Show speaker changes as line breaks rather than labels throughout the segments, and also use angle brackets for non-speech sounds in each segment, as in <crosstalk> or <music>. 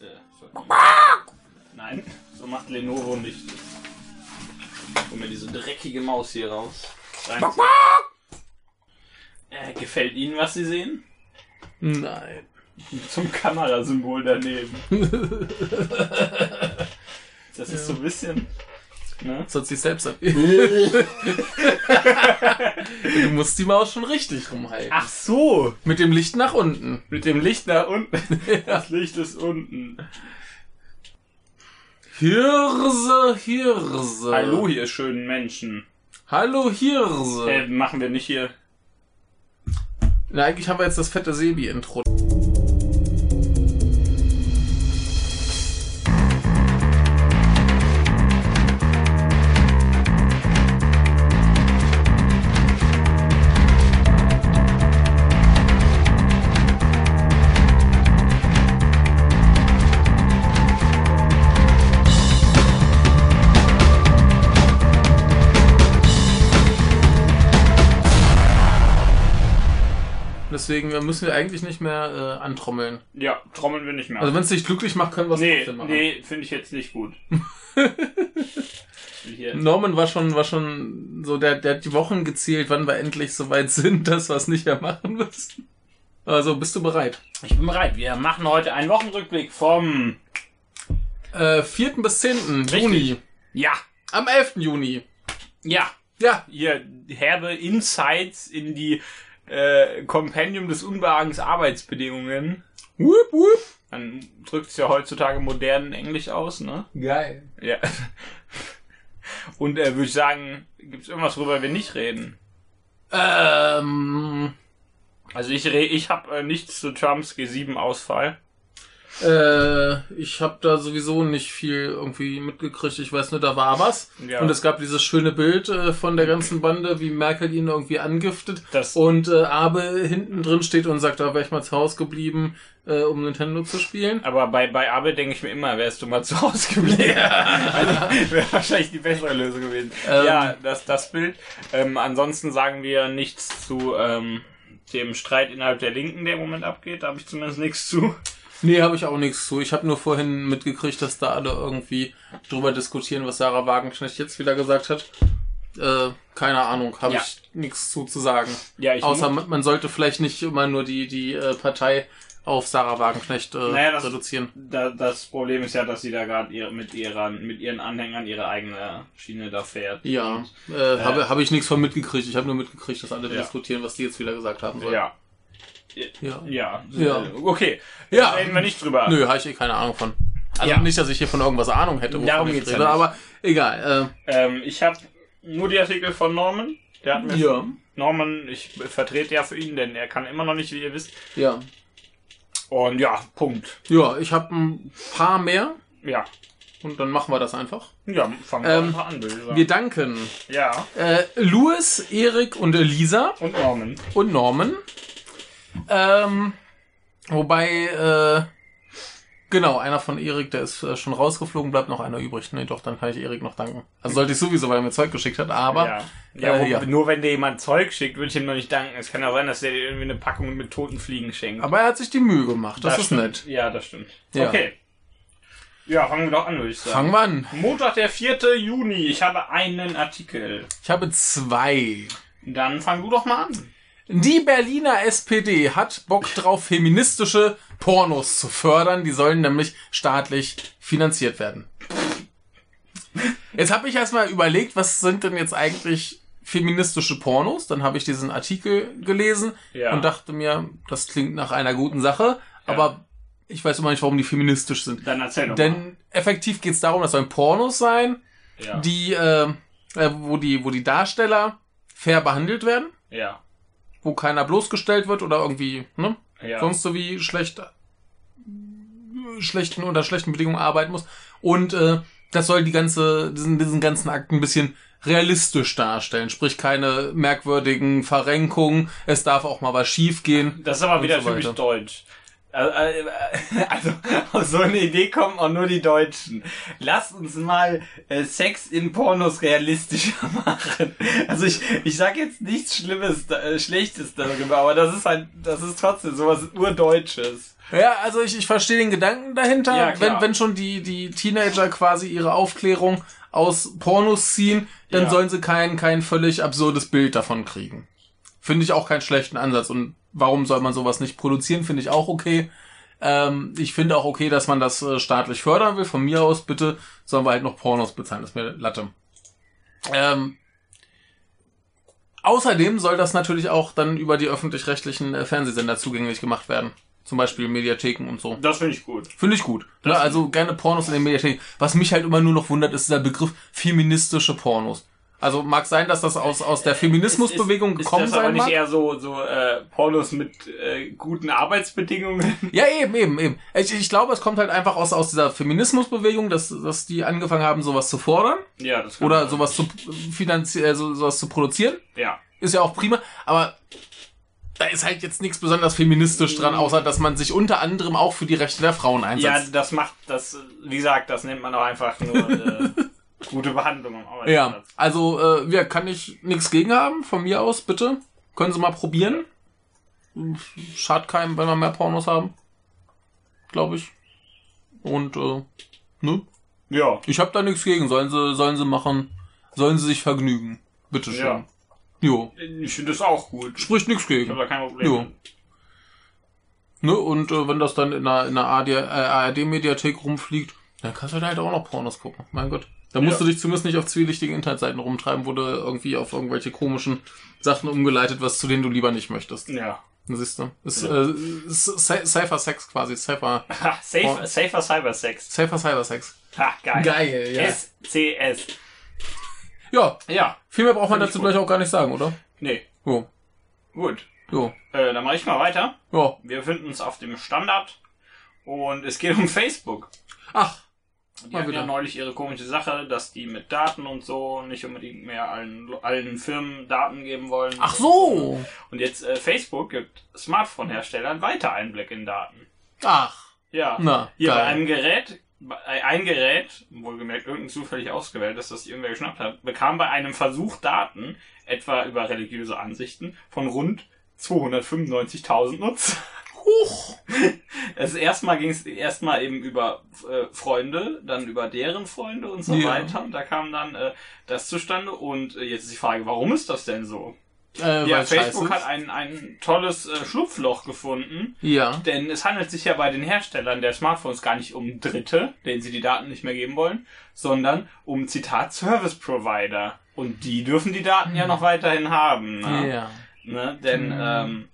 Äh, Nein, so macht Lenovo nicht. Hol mir diese dreckige Maus hier raus. Reinziehen. Äh, gefällt Ihnen, was Sie sehen?
Nein.
Zum Kamerasymbol daneben. Das ist so ein bisschen. Ne?
Das hat sich selbst ab. Du musst die Maus schon richtig rumhalten.
Ach so!
Mit dem Licht nach unten.
Mit dem Licht nach unten. Das Licht ist unten.
Hirse, Hirse.
Hallo, ihr schönen Menschen.
Hallo Hirse.
Äh, machen wir nicht hier.
Na, eigentlich haben wir jetzt das fette Sebi-Intro. Deswegen äh, müssen wir eigentlich nicht mehr äh, antrommeln.
Ja, trommeln wir nicht mehr.
Also wenn es dich glücklich macht, können wir es
nee,
trotzdem machen.
nee, finde ich jetzt nicht
<laughs>
gut. Will hier-
Norman war schon, war schon so, der, der hat die Wochen gezählt, wann wir endlich soweit sind, <laughs> dass wir es nicht mehr machen müssen. Also, bist du bereit?
Ich bin bereit. Wir machen heute einen Wochenrückblick vom.
Äh, 4. bis 10.
Richtig.
Juni.
Ja,
Am 11. Juni.
ja.
Ja,
Ihr herbe Insights in die äh, Compendium des Unbehagens Arbeitsbedingungen.
Wup, wup.
Man drückt es ja heutzutage modernen Englisch aus, ne?
Geil.
Ja. <laughs> Und äh, würde ich sagen, gibt es irgendwas, worüber wir nicht reden?
Ähm,
Also ich re ich habe äh, nichts zu Trumps G7-Ausfall.
äh, ich habe da sowieso nicht viel irgendwie mitgekriegt. Ich weiß nur, da war was.
Ja.
Und es gab dieses schöne Bild äh, von der ganzen Bande, wie Merkel ihn irgendwie angiftet.
Das-
und äh, Abe hinten drin steht und sagt, da wäre ich mal zu Hause geblieben, äh, um Nintendo zu spielen.
Aber bei, bei Abe denke ich mir immer, wärst du mal zu Hause geblieben. <laughs> Also, Wäre wahrscheinlich die bessere Lösung gewesen.
Ähm.
ja, das, das Bild. Ähm, ansonsten sagen wir nichts zu ähm, dem Streit innerhalb der Linken, der im Moment abgeht. Da habe ich zumindest nichts zu.
Nee, habe ich auch nichts zu. Ich habe nur vorhin mitgekriegt, dass da alle irgendwie drüber diskutieren, was Sarah Wagenknecht jetzt wieder gesagt hat. Äh, keine Ahnung, habe
Ja.
ich nichts zu, zu sagen.
Ja, ich
Außer man man sollte vielleicht nicht immer nur die, die äh, Partei auf Sarah Wagenknecht äh,
Naja, das-
reduzieren.
Da, das Problem ist ja, dass sie da gerade ihr, mit, ihrer- mit ihren Anhängern ihre eigene Schiene da fährt.
Ja, äh, habe hab ich nichts von mitgekriegt. Ich habe nur mitgekriegt, dass alle
Ja.
diskutieren, was die jetzt wieder gesagt haben sollen.
Ja.
ja.
Ja.
Ja.
Okay.
Ja.
Reden wir nicht drüber.
Nö, habe ich eh keine Ahnung von. Also
Ja.
nicht, dass ich hier von irgendwas Ahnung hätte, wovon
Darum
ich
geht's
rede,
ja nicht.
aber egal.
Ähm, ich habe nur die Artikel von Norman. Der hat mir
Äh, ja,
Norman, ich vertrete ja für ihn, denn er kann immer noch nicht, wie ihr wisst.
ja.
Und ja, Punkt.
Ja, ich habe ein paar mehr
Ja.
und dann machen wir das einfach.
Ja, fangen wir
Ähm,
einfach an, würde ich sagen.
Wir danken
ja.
äh, Louis, Erik und Elisa
Und Norman.
und Norman. Ähm, wobei, äh, genau, einer von Erik, der ist äh, schon rausgeflogen, bleibt noch einer übrig. Nee, doch, dann kann ich Erik noch danken. Also sollte ich sowieso, weil er mir Zeug geschickt hat, aber
ja. Ja,
äh,
wo-
ja.
Nur wenn dir jemand Zeug schickt, würde ich ihm noch nicht danken. Es kann ja sein, dass der dir irgendwie eine Packung mit toten Fliegen schenkt.
aber er hat sich die Mühe gemacht. Das, ist
stimmt.
nett.
Ja, das stimmt.
Ja.
Okay. Ja, fangen wir doch an, würde ich sagen.
Fangen wir an.
Montag, der 4. Juni. Ich habe einen Artikel.
Ich habe zwei.
Dann fang du doch mal an.
Die Berliner SPD hat Bock drauf, feministische Pornos zu fördern. Die sollen nämlich staatlich finanziert werden. Jetzt habe ich erstmal überlegt, was sind denn jetzt eigentlich feministische Pornos? Dann habe ich diesen Artikel gelesen
Ja.
und dachte mir, das klingt nach einer guten Sache, aber ich weiß immer nicht, warum die feministisch sind.
Dann erzähl doch mal.
Denn effektiv geht es darum, das sollen Pornos sein,
Ja.
die, äh, äh, wo die, wo die Darsteller fair behandelt werden
ja.
wo keiner bloßgestellt wird oder irgendwie, ne?
Ja.
Sonst so wie schlecht, schlechten unter schlechten Bedingungen arbeiten muss. Und äh, das soll die ganze, diesen, diesen ganzen Akt ein bisschen realistisch darstellen. Sprich, keine merkwürdigen Verrenkungen, es darf auch mal was schief gehen.
Das ist aber
Und
wieder
so
typisch
weiter.
deutsch. Äh, äh, Also, <laughs> auf so eine Idee kommen auch nur die Deutschen. Lasst uns mal äh, Sex in Pornos realistischer <laughs> machen. Also ich, ich sag jetzt nichts Schlimmes, äh, Schlechtes darüber, aber das ist halt, das ist trotzdem sowas Urdeutsches.
Ja, also ich, ich verstehe den Gedanken dahinter.
Ja, klar.
wenn, wenn schon die, die Teenager quasi ihre Aufklärung aus Pornos ziehen, dann
Ja.
sollen sie kein, kein völlig absurdes Bild davon kriegen. Finde ich auch keinen schlechten Ansatz. Und warum soll man sowas nicht produzieren, finde ich auch okay. Ähm, ich finde auch okay, dass man das äh, staatlich fördern will. Von mir aus bitte sollen wir halt noch Pornos bezahlen. Das ist mir Latte. Ähm, außerdem soll das natürlich auch dann über die öffentlich-rechtlichen äh, Fernsehsender zugänglich gemacht werden. Zum Beispiel Mediatheken und so.
Das finde ich gut.
Finde ich gut. Ne? Also gerne Pornos in den Mediatheken. Was mich halt immer nur noch wundert, ist dieser Begriff feministische Pornos. Also mag sein, dass das aus,
Äh,
aus der Feminismusbewegung
ist, ist,
gekommen
ist das aber
sein
nicht
mag.
eher so, so äh, Pornos mit äh, guten Arbeitsbedingungen?
Ja, eben, eben, eben. Ich, ich glaube, es kommt halt einfach aus, aus dieser Feminismusbewegung, dass, dass die angefangen haben, sowas zu fordern
ja, das kann
oder
man-
sowas zu finanziell, so, sowas zu produzieren.
Ja.
Ist ja auch prima, aber da ist halt jetzt nichts besonders feministisch dran, außer dass man sich unter anderem auch für die Rechte der Frauen
Ja,
einsetzt.
das macht das, wie gesagt, das nennt man auch einfach nur äh,
<laughs>
gute Behandlung am
Ja, ja
Arbeitsplatz.
also äh, ja, kann ich nichts gegen haben, von mir aus, bitte. Können Sie mal probieren. Schadet keinem, wenn wir mehr Pornos haben. Glaube ich. Und, äh, ne?
Ja.
Ich habe da nichts gegen. Sollen sie, sollen sie machen. Sollen sie sich vergnügen. Bitteschön.
Ja.
Jo.
Ich finde das auch gut. Ich
Spricht nichts
habe
gegen.
da kein Problem.
Jo. Ne? Und äh, wenn das dann in einer, in einer AD, äh, ARD-Mediathek rumfliegt, dann kannst du da halt auch noch Pornos gucken. Mein Gott. Da musst
Ja.
du dich zumindest nicht auf zwielichtigen Internetseiten rumtreiben, wo du irgendwie auf irgendwelche komischen Sachen umgeleitet wirst, zu denen du lieber nicht möchtest.
Ja. <laughs>
Siehst du? Ist,
Ja.
äh, ist sa- safer Sex quasi. Safer,
Ha, safe,
Oh.
Safer Cybersex.
safer Cybersex.
Ha, geil.
Geil, ja.
SCS.
Ja,
Ja.
viel mehr braucht man
Find ich
dazu
gut.
gleich auch gar nicht sagen, oder?
Nee.
Jo.
Gut.
Jo.
Äh, dann mache ich mal weiter.
Ja.
Wir finden uns auf dem Standard. Und es geht um Facebook.
Ach,
Die
Mal
hatten ja
wieder.
neulich ihre komische Sache, dass die mit Daten und so nicht unbedingt mehr allen, allen Firmen Daten geben wollen.
Ach so.
Und jetzt äh, Facebook gibt Smartphone-Herstellern weiter Einblick in Daten.
Ach.
Ja.
Na,
Hier bei
geil.
einem Gerät, bei ein Gerät, wohlgemerkt irgendein zufällig ausgewähltes, das irgendwer geschnappt hat, bekam bei einem Versuch Daten, etwa über religiöse Ansichten, von rund 295.000 Nutzer.
Huch.
<laughs> Also erstmal ging es erstmal eben über äh, Freunde, dann über deren Freunde und so
Ja.
weiter. Und da kam dann äh, das zustande. Und äh, jetzt ist die Frage, warum ist das denn so?
Äh,
Ja,
weil
Facebook
scheiße.
hat ein, ein tolles äh, Schlupfloch gefunden.
Ja.
Denn es handelt sich ja bei den Herstellern der Smartphones gar nicht um Dritte, denen sie die Daten nicht mehr geben wollen, sondern um Zitat Service Provider. Und die dürfen die Daten ja noch weiterhin haben. Ne?
Ja.
Ne? Denn,
Hm.
ähm,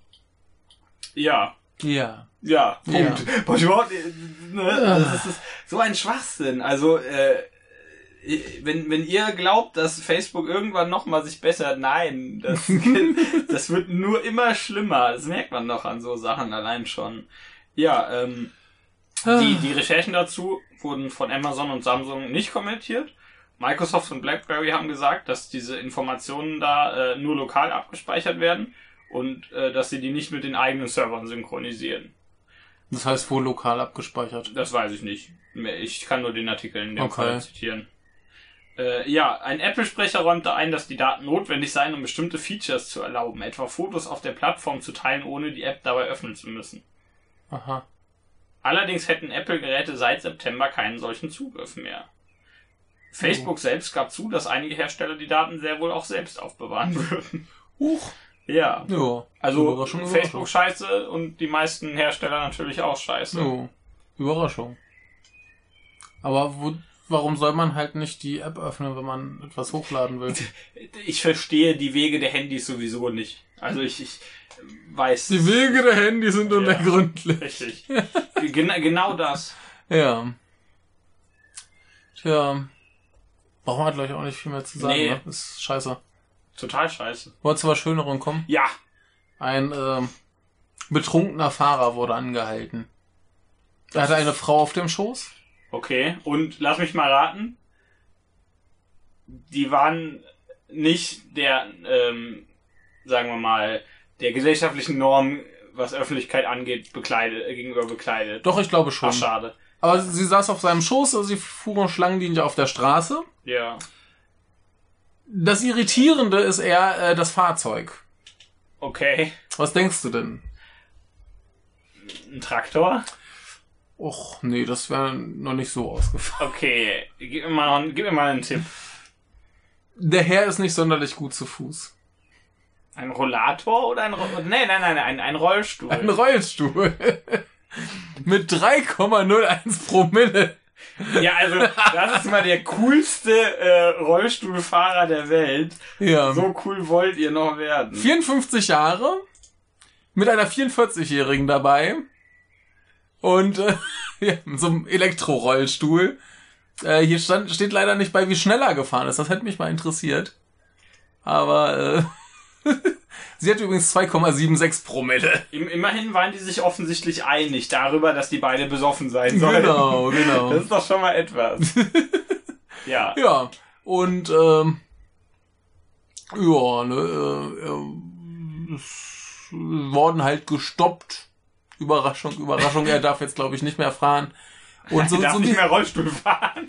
ja,
Ja.
ja,
Ja.
Punkt. Boah, überhaupt, äh, ne? Das ist- das ist so ein Schwachsinn. Also, äh, wenn, wenn ihr glaubt, dass Facebook irgendwann nochmal sich bessert, nein, das, <laughs> das wird nur immer schlimmer. Das merkt man doch an so Sachen allein schon. Ja, ähm,
Ah. Äh.
die, die Recherchen dazu wurden von Amazon und Samsung nicht kommentiert. Microsoft und BlackBerry haben gesagt, dass diese Informationen da äh, nur lokal abgespeichert werden und äh, dass sie die nicht mit den eigenen Servern synchronisieren.
Das heißt wohl lokal abgespeichert.
Das weiß ich nicht. Ich kann nur den Artikel in dem
Okay.
Fall zitieren. Äh, ja, ein Apple-Sprecher räumte ein, dass die Daten notwendig seien, um bestimmte Features zu erlauben, etwa Fotos auf der Plattform zu teilen, ohne die App dabei öffnen zu müssen.
Aha.
Allerdings hätten Apple-Geräte seit September keinen solchen Zugriff mehr. Facebook selbst gab zu, dass einige Hersteller die Daten sehr wohl auch selbst aufbewahren <laughs> würden.
Huch.
Ja,
Ja.
also
Überraschung,
Facebook scheiße und die meisten Hersteller natürlich auch scheiße.
Überraschung. Ja. Überraschung. Aber wo, warum soll man halt nicht die App öffnen, wenn man etwas
<laughs>
hochladen will?
Ich verstehe die Wege der Handys sowieso nicht. Also ich, ich weiß.
Die Wege der Handys sind unergründlich.
<laughs> Richtig. Gena genau das.
Ja. Tja. Brauchen wir halt gleich auch nicht viel mehr zu sagen,
Nee.
ne? Ist scheiße.
Total scheiße.
Wollen wir zu was Schönerem kommen?
Ja,
Ein ähm, betrunkener Fahrer wurde angehalten. Er hatte eine Frau auf dem Schoß.
okay. Und lass mich mal raten. Die waren nicht der, ähm, sagen wir mal, der gesellschaftlichen Norm was Öffentlichkeit angeht, bekleidet, äh, gegenüber bekleidet.
Doch, ich glaube schon.
Ach, schade.
Aber sie saß auf seinem Schoß, also sie fuhren Schlangenlinie auf der Straße.
Ja.
Das Irritierende ist eher äh, das Fahrzeug.
Okay.
Was denkst du denn?
Ein Traktor?
Och, nee, das wäre noch nicht so ausgefallen.
Okay. Gib mir mal, gib mir mal einen Tipp.
Der Herr ist nicht sonderlich gut zu Fuß.
Ein Rollator oder ein Ro Nee, nein, nein, ein, ein Rollstuhl.
Ein Rollstuhl. <laughs> Mit 3,01 Promille.
ja, also das ist mal der coolste äh, Rollstuhlfahrer der Welt.
Ja.
So cool wollt ihr noch werden.
54 Jahre. Mit einer 44-Jährigen dabei. Und äh, <laughs> ja, in so einem Elektrorollstuhl. Äh, hier stand, steht leider nicht bei, wie schnell er gefahren ist. Das hätte mich mal interessiert. Aber äh, <laughs> sie hat übrigens 2,76 Promille.
Im, immerhin waren die sich offensichtlich einig darüber, dass die beide besoffen sein sollen.
Genau, genau.
Das ist doch schon mal
<laughs>
etwas. ja.
Ja, und ähm, ja, ne, äh, äh, es wurden halt gestoppt. Überraschung, Überraschung, er darf jetzt glaube ich nicht mehr fahren. Und so,
Ich darf
so,
nicht mehr Rollstuhl fahren.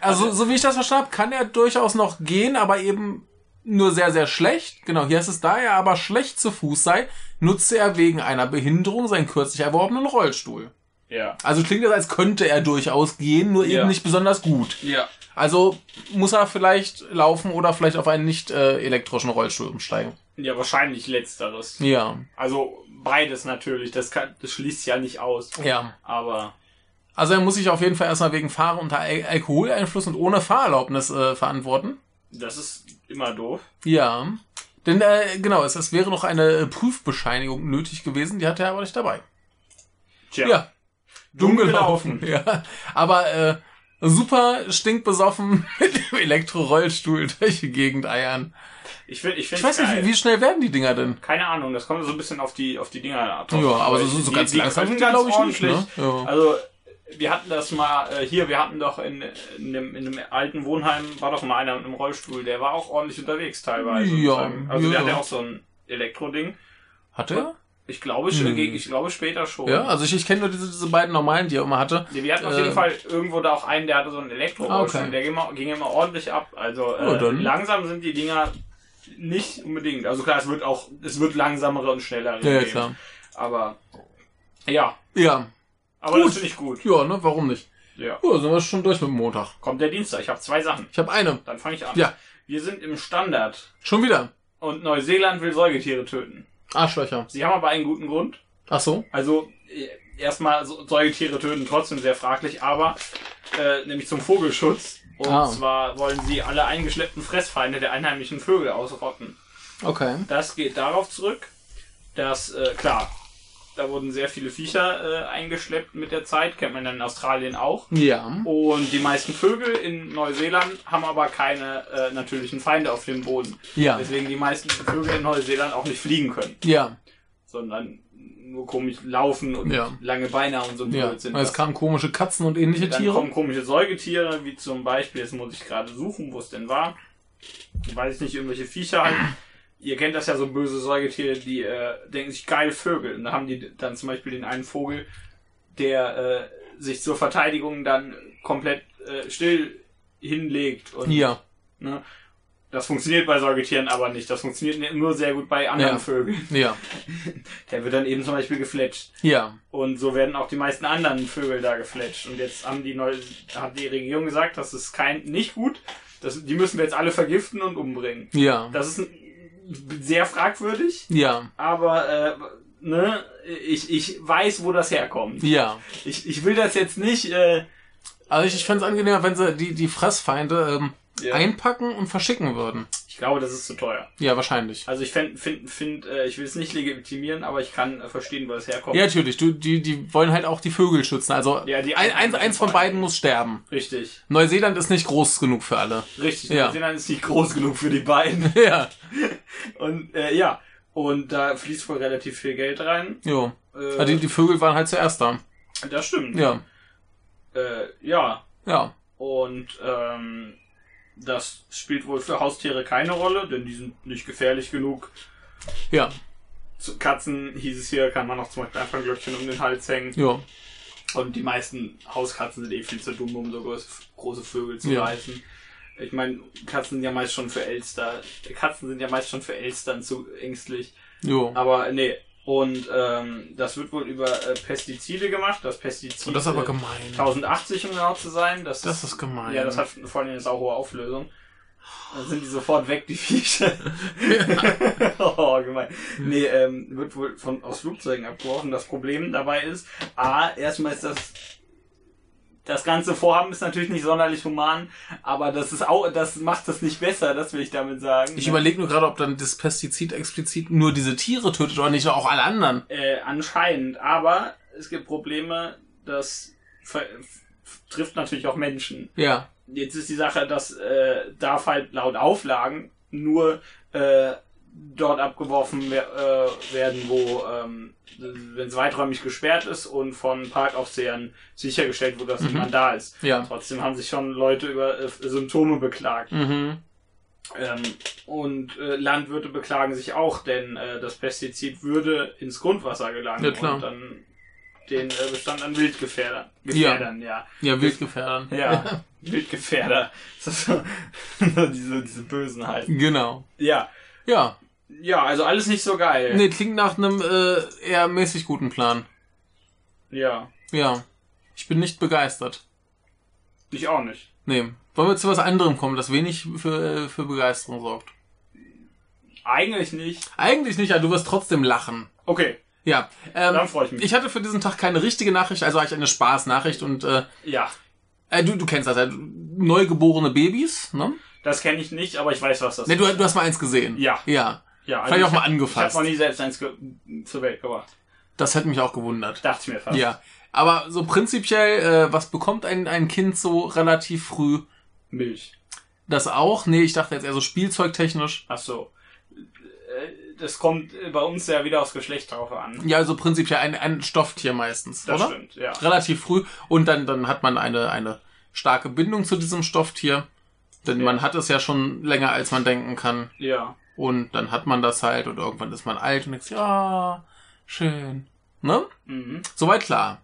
also, so wie ich das verstanden habe, kann er durchaus noch gehen, aber eben nur sehr, sehr schlecht. Genau, hier ist es, da er aber schlecht zu Fuß sei, nutze er wegen einer Behinderung seinen kürzlich erworbenen Rollstuhl.
Ja.
Also klingt das, als könnte er durchaus gehen, nur eben
Ja.
nicht besonders gut.
Ja.
Also muss er vielleicht laufen oder vielleicht auf einen nicht äh, elektrischen Rollstuhl umsteigen.
Ja, wahrscheinlich letzteres.
Ja,
Also beides natürlich, das, kann, das schließt ja nicht aus.
ja.
Aber
Also er muss sich auf jeden Fall erstmal wegen Fahren unter Al Alkoholeinfluss und ohne Fahrerlaubnis äh, verantworten.
das ist immer doof.
Ja. Denn äh, genau, es, es wäre noch eine äh, Prüfbescheinigung nötig gewesen, die hatte er aber nicht dabei.
Tja,
Ja,
dumm
gelaufen. Ja. Aber äh, super stinkbesoffen <laughs> mit dem Elektrorollstuhl durch die Gegend eiern.
Ich, find, ich, find's
Ich weiß nicht,
geil.
wie, wie schnell werden die Dinger denn?
Keine Ahnung, das kommt so ein bisschen auf die, auf die Dinger ab.
Ja, aber so, so so
Die-
ganz
die
langsam
können
sind die,
ganz
glaube ich, nicht. Ne?
ordentlich.
Ja.
Also, wir hatten das mal äh, hier, wir hatten doch in, in, dem, in dem alten Wohnheim, war doch mal einer mit einem Rollstuhl, der war auch ordentlich unterwegs teilweise.
Ja,
muss ich sagen. also, der
ja.
hatte auch so ein Elektroding.
Hat er?
Ich glaube, ich,
Hm.
ich glaube später schon.
Ja, also ich, ich kenne nur diese, diese beiden normalen, die er immer hatte.
Nee, wir hatten auf
Äh,
jeden Fall irgendwo da auch einen, der hatte so einen Elektrorollstuhl,
Ah, okay.
der ging immer, ging immer ordentlich ab. Also äh,
Ja, dann.
langsam sind die Dinger nicht unbedingt. Also klar, es wird auch, es wird langsamere und schnellere
Ja, ja,
geben.
klar.
Aber ja,
Ja,
aber
Gut.
das finde ich gut.
ja, ne, warum nicht?
Ja.
Ja, sind wir schon durch mit dem Montag.
Kommt der Dienstag, ich habe zwei Sachen.
Ich habe eine.
Dann fange ich an.
Ja.
Wir sind im Standard
Schon wieder.
und Neuseeland will Säugetiere töten.
Arschlöcher.
Sie haben aber einen guten Grund.
Ach so.
Also eh, erstmal so- Säugetiere töten trotzdem sehr fraglich, aber äh, nämlich zum Vogelschutz. Und
Ah.
zwar wollen sie alle eingeschleppten Fressfeinde der einheimischen Vögel ausrotten.
Okay.
Das geht darauf zurück, dass, äh, klar, da wurden sehr viele Viecher äh, eingeschleppt mit der Zeit, kennt man dann in Australien auch.
Ja.
Und die meisten Vögel in Neuseeland haben aber keine äh, natürlichen Feinde auf dem Boden.
Ja.
Deswegen die meisten Vögel in Neuseeland auch nicht fliegen können
Ja.
sondern nur komisch laufen und
Ja.
lange Beine und so ein
Ja.
Blödsinn.
Es kamen komische Katzen und ähnliche
dann
Tiere.
kommen komische Säugetiere, wie zum Beispiel, jetzt muss ich gerade suchen, wo es denn war. Weiß ich nicht, irgendwelche Viecher halt. Ihr kennt das ja, so böse Säugetiere, die äh, denken sich geil Vögel. Und da haben die dann zum Beispiel den einen Vogel, der äh, sich zur Verteidigung dann komplett äh, still hinlegt. Und,
Ja.
ne, das funktioniert bei Säugetieren aber nicht. Das funktioniert nur sehr gut bei anderen
Ja.
Vögeln.
Ja.
Der wird dann eben zum Beispiel gefletscht.
Ja.
Und so werden auch die meisten anderen Vögel da gefletscht. Und jetzt haben die neue, hat die Regierung gesagt, das ist kein, nicht gut. Das, die müssen wir jetzt alle vergiften und umbringen.
Ja.
Das ist ein, sehr fragwürdig,
Ja.
aber, äh, ne, ich, ich weiß, wo das herkommt.
Ja.
Ich, ich will das jetzt nicht, äh,
Also ich, ich fänd's angenehmer, wenn sie die, die Fressfeinde ähm,
Ja.
einpacken und verschicken würden.
ich glaube, das ist zu teuer.
Ja, wahrscheinlich.
Also ich find, find, find, äh, ich will es nicht legitimieren, aber ich kann äh, verstehen, wo das herkommt.
Ja, natürlich. Du, die, die wollen halt auch die Vögel schützen. Also
Ja, die
ein, eins, eins von beiden muss sterben.
Richtig,
Neuseeland ist nicht groß genug für alle. <laughs>
richtig.
Ja.
Neuseeland ist nicht groß genug für die beiden.
Ja.
Und äh, ja, und da fließt wohl relativ viel Geld rein.
Jo.
Äh,
Ja, Ah, die, die Vögel waren halt zuerst da.
das stimmt.
Ja.
Äh, ja.
Ja.
Und ähm, das spielt wohl für Haustiere keine Rolle, denn die sind nicht gefährlich genug.
Ja.
zu Katzen hieß es hier, kann man auch zum Beispiel einfach ein Glöckchen um den Hals hängen.
Ja.
Und die meisten Hauskatzen sind eh viel zu dumm, um so große, große Vögel zu
Ja.
reißen. Ich meine, Katzen sind ja meist schon für Elster. Katzen sind ja meist schon für Elstern zu ängstlich.
Jo.
Aber nee. Und ähm, das wird wohl über äh, Pestizide gemacht. Das Pestizid
Und das ist aber
äh,
gemein.
1080, um genau zu sein. Das,
Das ist gemein.
Ja, das hat vor allem eine sauhohe Auflösung. Dann sind die sofort weg, die
<laughs>
Viecher. oh, gemein. Nee, ähm, wird wohl von, aus Flugzeugen abgeworfen. Das Problem dabei ist, A, erstmal ist das, das ganze Vorhaben ist natürlich nicht sonderlich human, aber das ist auch, das macht das nicht besser, das will ich damit sagen.
Ich
Ne?
überlege nur gerade, ob dann das Pestizid explizit nur diese Tiere tötet oder nicht auch alle anderen.
Äh, anscheinend, aber es gibt Probleme, das ver f- trifft natürlich auch Menschen.
Ja.
Jetzt ist die Sache, dass äh, darf halt laut Auflagen nur äh, dort abgeworfen wer äh, werden, wo ähm, wenn es weiträumig gesperrt ist und von Parkaufsehern sichergestellt wurde, dass
Mhm.
niemand da ist.
Ja.
Trotzdem haben sich schon Leute über äh, Symptome beklagt.
Mhm.
Ähm, und äh, Landwirte beklagen sich auch, denn äh, das Pestizid würde ins Grundwasser gelangen
Ja, klar.
und dann den äh, Bestand an Wildgefährdern. Gefährdern, ja.
Ja, Wildgefährdern.
Ja. Wildgefährder. <laughs> Das ist so, diese, diese Bösen halt.
<laughs> Genau.
Ja.
Ja.
Ja, also alles nicht so geil.
Nee, klingt nach einem äh, eher mäßig guten Plan.
Ja.
Ja. Ich bin nicht begeistert.
Ich auch nicht.
Nee. Wollen wir zu was anderem kommen, das wenig für, äh, für Begeisterung sorgt?
Eigentlich nicht.
Eigentlich nicht, aber du wirst trotzdem lachen.
Okay,
Ja. Ähm,
dann freue ich mich.
ich hatte für diesen Tag keine richtige Nachricht, also hatte ich eine Spaßnachricht und äh,
ja.
äh, du, du kennst das ja. Neugeborene Babys, ne?
Das kenne ich nicht, aber ich weiß, was das
Ne, du,
ist.
du hast mal eins gesehen.
Ja.
Ja.
Ja, also
vielleicht auch
ich
mal
hab-
angefasst.
Ich habe noch nie selbst eins ge zur Welt gebracht.
Das hätte mich auch gewundert.
Dachte ich mir fast.
Ja. Aber so prinzipiell, äh, was bekommt ein, ein Kind so relativ früh?
Milch.
Das auch? Nee, ich dachte jetzt eher so spielzeugtechnisch.
Ach so. Äh, Das kommt bei uns ja wieder aufs Geschlecht drauf an.
Ja, also prinzipiell ein, ein Stofftier meistens,
Das
oder?
stimmt, ja.
Relativ früh. Und dann, dann hat man eine, eine starke Bindung zu diesem Stofftier. Denn
Ja.
man hat es ja schon länger, als man denken kann.
Ja.
Und dann hat man das halt und irgendwann ist man alt und denkt, sich, ja, schön. Ne?
Mhm.
Soweit klar.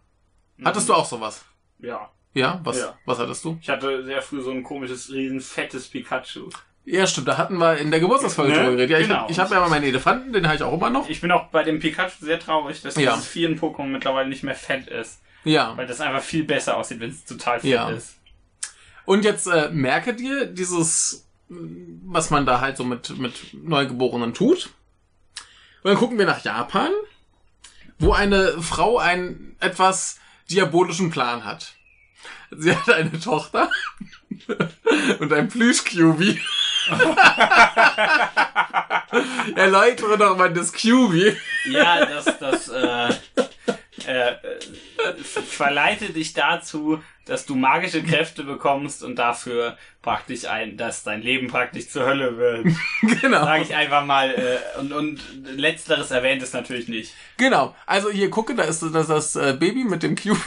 Hattest du auch sowas?
Ja.
Ja? Was,
Mhm. Ja.
was hattest du?
Ich hatte sehr früh so ein komisches, riesen fettes Pikachu.
Ja, stimmt, da hatten wir in der Geburtstagsfolge
Ne?
drüber geredet. Ja, ich
Genau.
hab- ich habe hab ja mal meinen Elefanten, den habe ich auch immer noch.
Ich bin auch bei dem Pikachu sehr traurig, dass
Oh. Ja.
dieses vielen Pokémon mittlerweile nicht mehr fett ist.
Ja.
Weil das einfach viel besser aussieht, wenn es total fett
Ja.
ist.
Und jetzt äh, merke dir dieses, mh, was man da halt so mit, mit Neugeborenen tut. Und dann gucken wir nach Japan, wo eine Frau einen etwas diabolischen Plan hat. Sie hat eine Tochter <laughs> und ein Plüsch-QB. <laughs> Erläutere doch mal das QB.
Ja, das, das äh, äh, äh, verleite dich dazu, dass du magische Kräfte bekommst und dafür praktisch ein, dass dein Leben praktisch zur Hölle wird.
<laughs> Genau.
Sage ich einfach mal. Äh, und, und letzteres erwähnt es natürlich nicht.
Genau. Also hier gucke, da ist das, das äh, Baby mit dem QB. <laughs>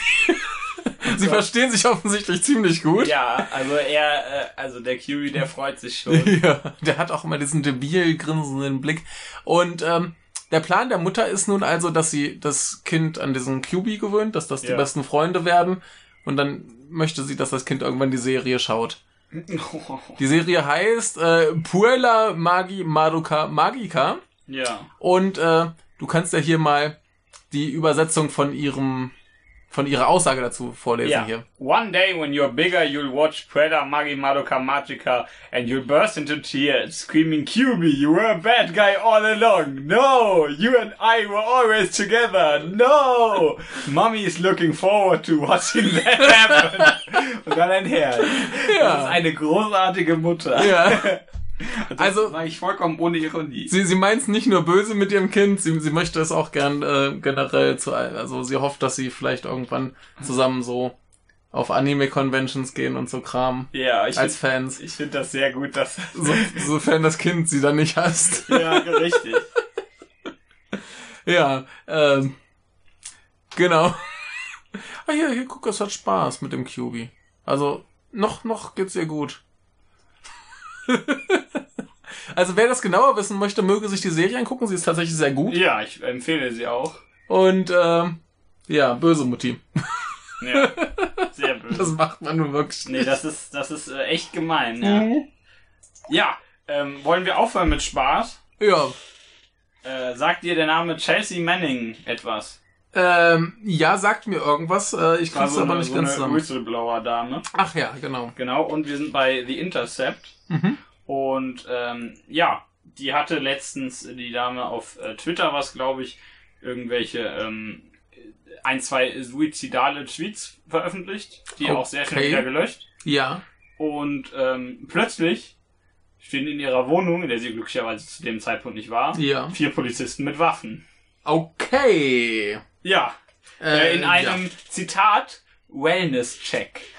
Sie verstehen sich offensichtlich ziemlich gut.
Ja, also er, äh, also der Curie, der freut sich
<laughs>
schon.
Ja, Äh, der hat auch immer diesen debil grinsenden Blick. Und ähm, der Plan der Mutter ist nun also, dass sie das Kind an diesen QB gewöhnt, dass das die
Ja.
besten Freunde werden. Und dann möchte sie, dass das Kind irgendwann die Serie schaut. Die Serie heißt äh, Puella Magi Madoka Magica.
ja.
Und äh, du kannst ja hier mal die Übersetzung von ihrem von ihrer Aussage dazu vorlesen
Ja.
hier.
One day when you're bigger, you'll watch Preda Magi Madoka Magica and you'll burst into tears, screaming, Cubi, you were a bad guy all along. No, you and I were always together. No, Mommy is looking forward to watching that
<laughs>
happen. Und dann ein Herz. Das ist eine großartige Mutter.
Ja. <laughs> also
Sag ich vollkommen ohne Ironie.
sie, sie meint es nicht nur böse mit ihrem Kind, sie, sie möchte es auch gern äh, generell zu, also sie hofft, dass sie vielleicht irgendwann zusammen so auf Anime-Conventions gehen und so Kram
Ja, ich
als
finde
Fans.
find das sehr gut, dass
So, sofern das Kind sie dann nicht
<laughs>
hasst.
Ja, richtig.
Ja, ähm, genau. <laughs> Ah, hier, hier, guck, es hat Spaß mit dem QB. Also, noch, noch geht's ihr gut. <laughs> Also wer das genauer wissen möchte, möge sich die Serie angucken. Sie ist tatsächlich sehr gut.
Ja, ich empfehle sie auch.
Und ähm, ja, böse Mutti. <laughs>
Ja, sehr böse.
Das macht man nun wirklich
Nee, das ist, das ist äh, echt gemein, <laughs> ja.
Mhm.
Ja, ähm, wollen wir aufhören mit Spaß?
Ja.
Äh, sagt dir der Name Chelsea Manning etwas?
Ähm, ja, sagt mir irgendwas. Äh, ich krieg's aber nicht
so
ganz
Also eine
zusammen.
Whistleblower-Dame.
Ach ja, genau.
Genau, und wir sind bei The Intercept.
Mhm.
Und ähm, ja, die hatte letztens die Dame auf äh, Twitter was, glaube ich, irgendwelche ähm, ein, zwei suizidale Tweets veröffentlicht, die auch sehr schnell
Okay.
wieder gelöscht.
Ja.
Und ähm, plötzlich stehen in ihrer Wohnung, in der sie glücklicherweise zu dem Zeitpunkt nicht war,
Ja.
vier Polizisten mit Waffen.
Okay.
Ja, äh, in einem Zitat Wellness-Check.
Ja.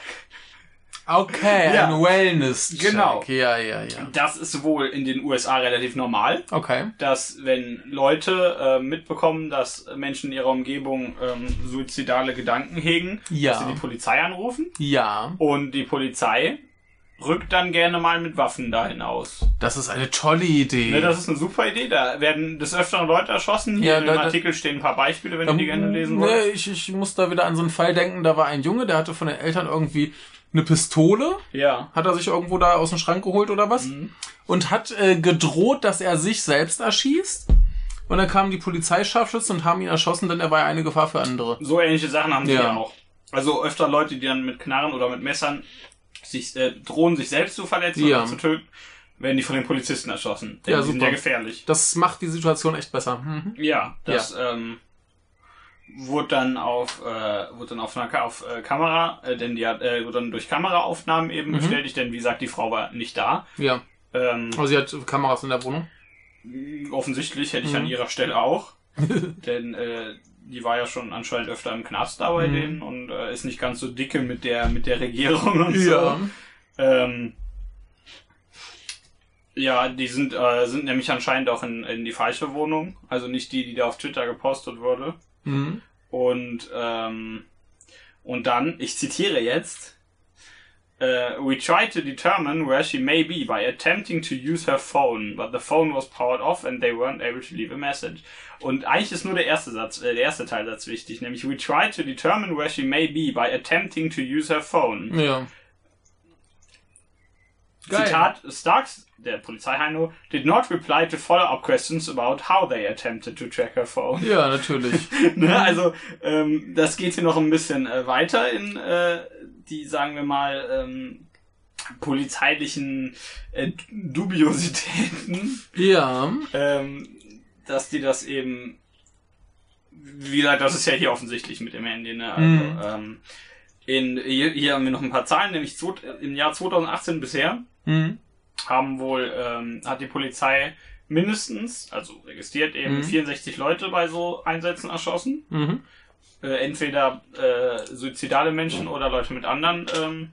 Okay,
Ja.
ein Wellness.
Genau.
Ja, ja, ja.
Das ist wohl in den USA relativ normal.
Okay.
dass wenn Leute äh, mitbekommen, dass Menschen in ihrer Umgebung ähm, suizidale Gedanken hegen, dass sie
Ja.
die Polizei anrufen
Ja.
und die Polizei rückt dann gerne mal mit Waffen dahin aus.
Das ist eine tolle Idee.
Ne, das ist eine super Idee. Da werden des Öfteren Leute erschossen. Hier
Ja,
in
da-
dem
da-
Artikel stehen ein paar Beispiele, wenn ihr
Ähm,
die gerne lesen
nee,
wollt.
ich, ich muss da wieder an so einen Fall denken. Da war ein Junge, der hatte von den Eltern irgendwie eine Pistole.
Ja.
Hat er sich irgendwo da aus dem Schrank geholt oder was?
Mhm.
Und hat äh, gedroht, dass er sich selbst erschießt. Und dann kamen die Polizeischarfschützen und haben ihn erschossen, denn er war ja eine Gefahr für andere.
So ähnliche Sachen haben die
Ja.
ja auch. Also öfter Leute, die dann mit Knarren oder mit Messern sich äh, drohen, sich selbst zu verletzen
Ja.
oder zu töten, werden die von den Polizisten erschossen. Denn
Ja,
die sind
super.
ja gefährlich.
Das macht die Situation echt besser. Mhm.
Ja, das Ähm, wurde dann auf äh, wurde dann auf, einer, Ka- auf äh, Kamera, äh, denn die hat, äh, wurde dann durch Kameraaufnahmen eben
Mhm.
bestätigt, denn wie gesagt, die Frau war nicht da.
Ja.
Ähm,
Also sie hat Kameras in der Wohnung.
offensichtlich hätte ich an
Mhm.
ihrer Stelle
<laughs>
auch, denn äh, die war ja schon anscheinend öfter im Knast da bei
Mhm.
denen und äh, ist nicht ganz so dicke mit der mit der Regierung und so. Ähm, ja, die sind, äh, sind nämlich anscheinend auch in, in die falsche Wohnung. Also nicht die, die da auf Twitter gepostet wurde.
Mhm.
Und, ähm, und dann, ich zitiere jetzt, äh, We tried to determine where she may be by attempting to use her phone, but the phone was powered off and they weren't able to leave a message. Und eigentlich ist nur der erste Satz, äh, der erste Teilsatz wichtig, nämlich We tried to determine where she may be by attempting to use her phone.
Ja.
Zitat, Starks, der Polizeiheino, did not reply to follow-up questions about how they attempted to track her phone.
Ja, natürlich.
Ne? Also ähm, das geht hier noch ein bisschen äh, weiter in äh, die, sagen wir mal, ähm, polizeilichen äh, Dubiositäten,
ja.
ähm, dass die das eben, wie gesagt, das ist ja hier offensichtlich mit dem Handy. Ne? Also,
Mhm.
ähm, in, hier, hier haben wir noch ein paar Zahlen, nämlich zwo- im Jahr 2018 bisher
Mhm.
haben wohl, ähm, hat die Polizei mindestens, also registriert eben
Mhm.
64 Leute bei so Einsätzen erschossen
Mhm.
äh, entweder äh, suizidale Menschen oder Leute mit anderen ähm,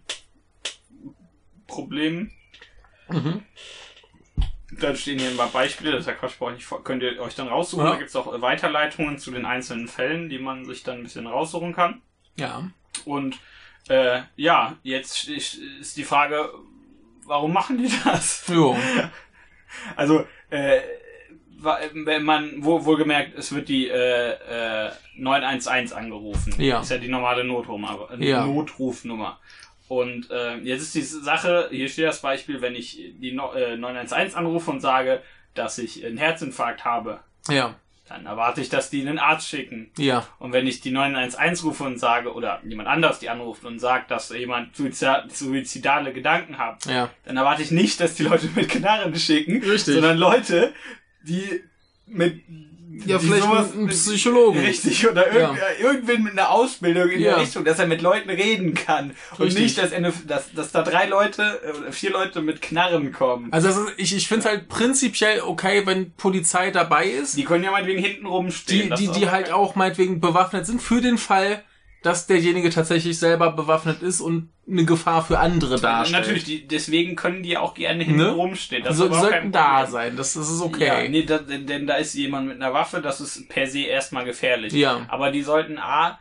Problemen.
Mhm.
Dann stehen hier ein paar Beispiele, das ist ja Quatsch, brauche ich nicht, vor- könnt ihr euch dann raussuchen.
Ja.
Da gibt es auch äh, Weiterleitungen zu den einzelnen Fällen, die man sich dann ein bisschen raussuchen kann.
Ja.
Und äh, ja, jetzt ist ist die Frage, warum machen die <laughs> das?
Jo.
Also, äh, wa- wenn man wohl, wohlgemerkt, es wird die äh, äh, 911 angerufen.
Ja.
Ist ja die normale Notrufnummer. äh,
Ja.
Notrufnummer. Und äh, jetzt ist die Sache, hier steht das Beispiel, wenn ich die no, äh, 911 anrufe und sage, dass ich einen Herzinfarkt habe,
Ja.
dann erwarte ich, dass die einen Arzt schicken.
Ja.
Und wenn ich die 911 rufe und sage, oder jemand anders die anruft und sagt, dass jemand suizida- suizidale Gedanken hat,
Ja.
dann erwarte ich nicht, dass die Leute mit Knarren schicken,
Richtig.
sondern Leute, die mit
Ja,
die
vielleicht
sowas-
einen Psychologen.
Richtig, oder irgend,
Ja.
irgendwen mit einer Ausbildung in
Ja.
der Richtung, dass er mit Leuten reden kann. Und
Richtig.
nicht, dass, eine, dass, dass da drei Leute äh, oder vier Leute mit Knarren kommen.
Also das ist, ich, ich finde es halt prinzipiell okay, wenn Polizei dabei ist,
die können ja meinetwegen hinten rumstehen.
die,
das
die,
ist
die
auch-
halt auch meinetwegen bewaffnet sind, für den Fall, dass derjenige tatsächlich selber bewaffnet ist und eine Gefahr für andere darstellt.
Natürlich, die, deswegen können die auch gerne hinten
Ne?
rumstehen. Das
Also,
ist
die
überhaupt
sollten
kein
da
Problem.
sein, das, das ist
Ja,
okay.
nee, da, denn, denn da ist jemand mit einer Waffe, das ist per se erstmal gefährlich.
Ja.
Aber die sollten A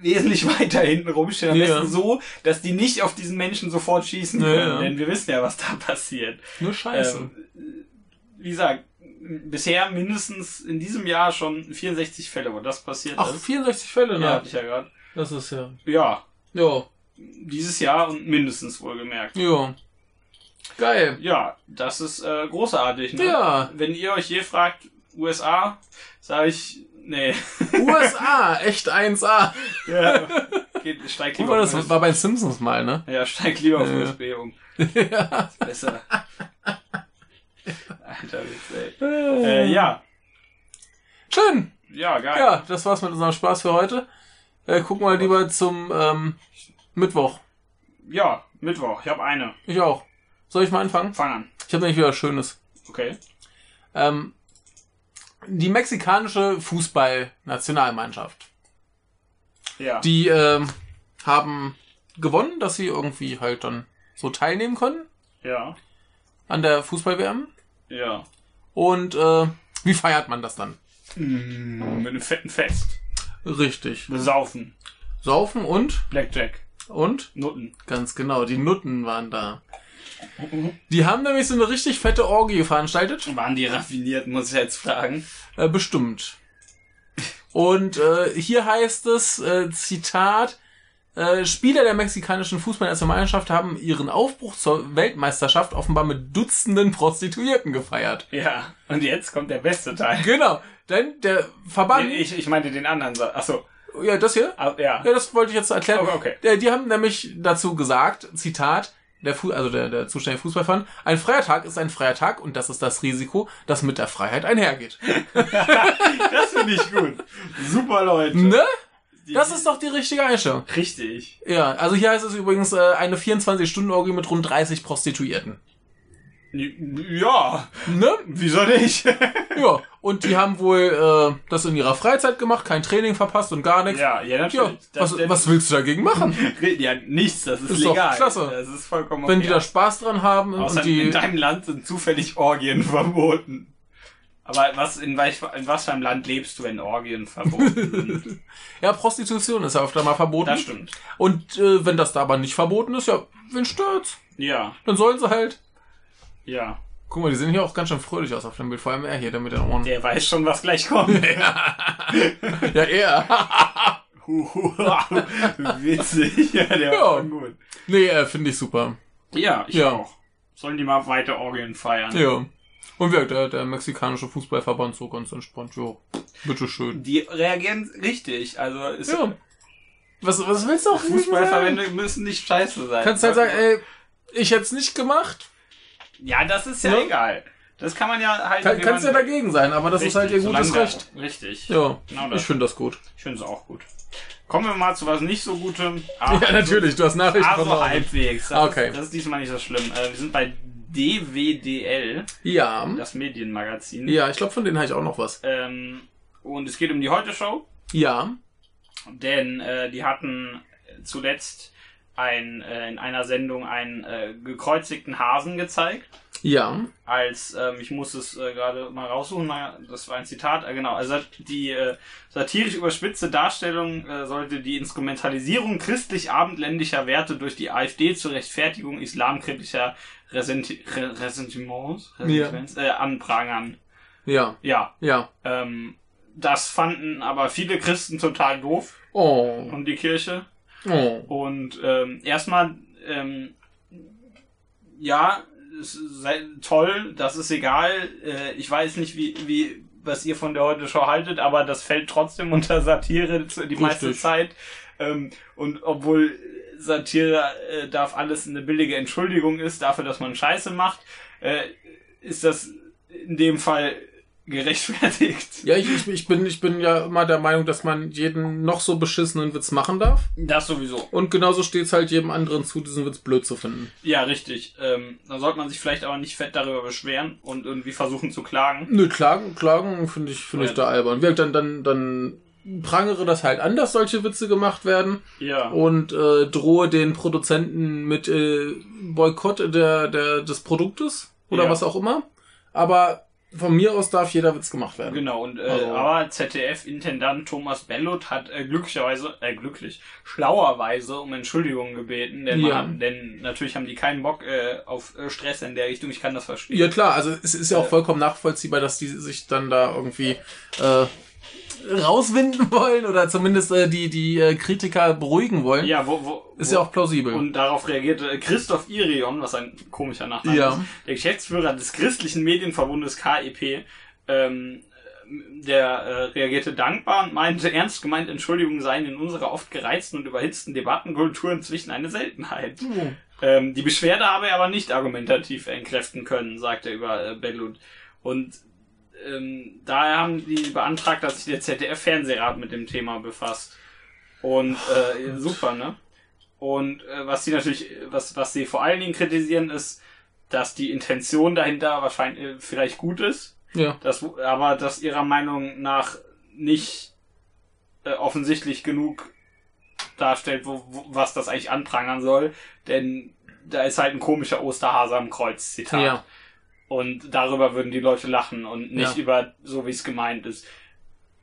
wesentlich <laughs> weiter hinten rumstehen, am
Ja.
besten so, dass die nicht auf diesen Menschen sofort schießen
Ja, Also.
können,
ja.
denn wir wissen ja, was da passiert.
Nur scheiße.
Ähm, wie gesagt, bisher mindestens in diesem Jahr schon 64 Fälle, wo das passiert
Ach,
ist.
64 Fälle, ne?
Ja, hab ich ja gerade.
Das ist ja.
Ja,
Ja.
dieses Jahr und mindestens wohlgemerkt.
Ja.
<laughs>
Geil.
Ja, das ist äh, großartig. Ne?
Ja.
Wenn ihr euch je fragt, USA, sage ich, nee.
USA, echt 1A.
ja. Geht, steigt
Guck
lieber
mal,
auf
das war bei den Simpsons mal, ne?
Ja, steig lieber auf
Ja.
USB um.
<laughs>
Ist besser. <laughs> Alter Witz, ey. Äh, ja,
Schön.
ja, geil.
Ja, das war's mit unserem Spaß für heute. Äh, gucken wir lieber zum ähm, Mittwoch.
Ja, Mittwoch. Ich habe eine.
Ich auch. Soll ich mal anfangen?
Fang an.
Ich habe nämlich wieder was Schönes.
Okay.
Ähm, die mexikanische Fußballnationalmannschaft.
Ja.
Die ähm, haben gewonnen, dass sie irgendwie halt dann so teilnehmen können
Ja.
an der Fußball-WM.
Ja.
Und äh, wie feiert man das dann?
Mm, mit einem fetten Fest.
Richtig.
Besaufen.
Saufen und
Blackjack.
und
Nutten.
ganz genau, die Nutten waren da. Die haben nämlich so eine richtig fette Orgie veranstaltet.
Waren die raffiniert, muss ich jetzt fragen.
Äh, bestimmt. Und äh, hier heißt es, äh, Zitat, äh, Spieler der mexikanischen Fußballnationalmannschaft haben ihren Aufbruch zur Weltmeisterschaft offenbar mit Dutzenden Prostituierten gefeiert.
Ja. Und jetzt kommt der beste Teil.
Genau, denn der Verband,
Nee, Ich, ich meinte den anderen Satz. Achso.
ja das hier,
Ab- Ah, Ja.
Ja, das wollte ich jetzt erklären.
Okay, okay.
Der, die haben nämlich dazu gesagt, Zitat, der Fu also der, der zuständige Fußballfan, ein freier Tag ist ein freier Tag und das ist das Risiko, das mit der Freiheit einhergeht.
Das finde ich gut. Super, Leute.
Ne?
Die-
Das ist doch die richtige Einstellung.
Richtig.
Ja, also hier heißt es übrigens äh, eine 24-Stunden-Orgie mit rund 30 Prostituierten.
Ja.
Ne?
Wieso nicht?
Ja, und die haben wohl äh, das in ihrer Freizeit gemacht, kein Training verpasst und gar
<laughs>
nichts.
ja, ja,
Ja,
natürlich. Das-
was, was willst du dagegen machen?
<laughs> Ja, nichts, das ist,
Ist doch
legal.
klasse.
Das ist vollkommen
Wenn
okay.
die da Spaß dran haben
Außer
und die...
in deinem Land sind zufällig Orgien <laughs> verboten. Aber was, in, welch, in was für einem Land lebst du, wenn Orgien verboten
<laughs>
sind?
Ja, Prostitution ist ja öfter mal verboten.
Das stimmt.
Und äh, wenn das da aber nicht verboten ist, ja, wen stört's?
Ja,
Dann sollen sie halt.
ja.
Guck mal, die sehen hier auch ganz schön fröhlich aus auf dem Bild, vor allem er hier, der mit den Ohren.
Der weiß schon, was gleich kommt. <laughs>
Ja, er. <laughs>
Witzig. <laughs> Ja, der
Ja.
war schon gut.
nee, äh, finde ich super.
Ja, ich
Ja.
auch. Sollen die mal weiter Orgien feiern?
Ja. Und wie der, der mexikanische Fußballverband so ganz entspannt, ja, bitteschön.
Die reagieren richtig. Also ist
Ja. Was, was willst du auch <laughs> sagen?
Fußballverbände müssen nicht scheiße sein.
Kannst halt sagen, ey, ich hätte es nicht gemacht.
Ja, das ist ja,
Ja.
egal. Das kann man ja halt.
ne? Kann,
wie
kannst ja
man-
dagegen sein, aber das ist halt ihr
solange
gutes
der-
Recht.
Richtig.
Ja,
Genau das.
ich finde das gut.
Ich finde es auch gut. Kommen wir mal zu was nicht so Gutem. Ah,
<laughs> Ja, natürlich, du hast Nachrichten
Also
verloren.
halbwegs. Das,
Ah, okay.
ist, das ist diesmal nicht so schlimm. Äh, wir sind bei DWDL,
Ja,
das Medienmagazin.
Hm? ja, ich glaube, von denen habe ich auch noch was.
Ähm, und es geht um die Heute-Show,
Ja,
denn äh, die hatten zuletzt ein, äh, in einer Sendung einen äh, gekreuzigten Hasen gezeigt.
ja.
als, ähm, ich muss es äh, gerade mal raussuchen, mal, das war ein Zitat, äh, genau, also die äh, satirisch überspitzte Darstellung äh, sollte die Instrumentalisierung christlich-abendländischer Werte durch die AfD zur Rechtfertigung islamkritischer Resenti Re Ressentiments Ressentiments, äh, anprangern.
Ja,
Ja,
ja.
ähm, das fanden aber viele Christen total doof
Oh.
und die Kirche.
oh.
Und ähm, erstmal, ähm, ja, es sei toll, das ist egal. Äh, ich weiß nicht, wie, wie, was ihr von der Heute Show haltet, aber das fällt trotzdem <laughs> unter Satire zu- die meiste
Richtig.
Zeit. Ähm, und obwohl Satire äh, darf alles eine billige Entschuldigung ist dafür, dass man Scheiße macht, äh, ist das in dem Fall gerechtfertigt.
Ja, ich, ich, ich, bin, ich bin ja immer der Meinung, dass man jeden noch so beschissenen Witz machen darf.
Das sowieso.
Und genauso steht's halt jedem anderen zu, diesen Witz blöd zu finden.
Ja, richtig. Ähm, dann sollte man sich vielleicht aber nicht fett darüber beschweren und irgendwie versuchen zu klagen.
Nö, Klagen, Klagen finde ich, finde ich da albern. Wirkt dann, dann, dann prangere das halt an, dass solche Witze gemacht werden
Ja.
und äh, drohe den Produzenten mit äh, Boykott der, der, des Produktes oder
Ja.
was auch immer. Aber von mir aus darf jeder Witz gemacht werden.
Genau, und äh,
Also-
aber ZDF-Intendant Thomas Bellot hat äh, glücklicherweise, äh, glücklich, schlauerweise um Entschuldigung gebeten, denn,
Ja.
man, denn natürlich haben die keinen Bock äh, auf äh, Stress in der Richtung, ich kann das verstehen.
Ja klar, also es ist ja auch vollkommen nachvollziehbar, dass die sich dann da irgendwie äh, rauswinden <laughs> wollen oder zumindest äh, die, die äh, Kritiker beruhigen wollen.
Ja, wo, wo,
Ist
wo,
ja auch plausibel.
Und darauf reagierte Christoph Irion, was ein komischer Nachname
Ja.
ist, der Geschäftsführer des christlichen Medienverbundes KEP, ähm, der äh, reagierte dankbar und meinte, ernst gemeint Entschuldigungen seien in unserer oft gereizten und überhitzten Debattenkultur inzwischen eine Seltenheit. Ähm, die Beschwerde habe er aber nicht argumentativ entkräften können, sagt er über äh, Bellut. Und ähm, daher haben die beantragt, dass sich der ZDF-Fernsehrat mit dem Thema befasst. Und äh, super, ne? Und äh, was sie natürlich, was, was sie vor allen Dingen kritisieren, ist, dass die Intention dahinter wahrscheinlich äh, vielleicht gut ist,
ja.
dass, aber dass ihrer Meinung nach nicht äh, offensichtlich genug darstellt, wo, wo, was das eigentlich anprangern soll. Denn da ist halt ein komischer Osterhase am Kreuz, Zitat.
ja.
Und darüber würden die Leute lachen und nicht
Ja.
über so, wie es gemeint ist.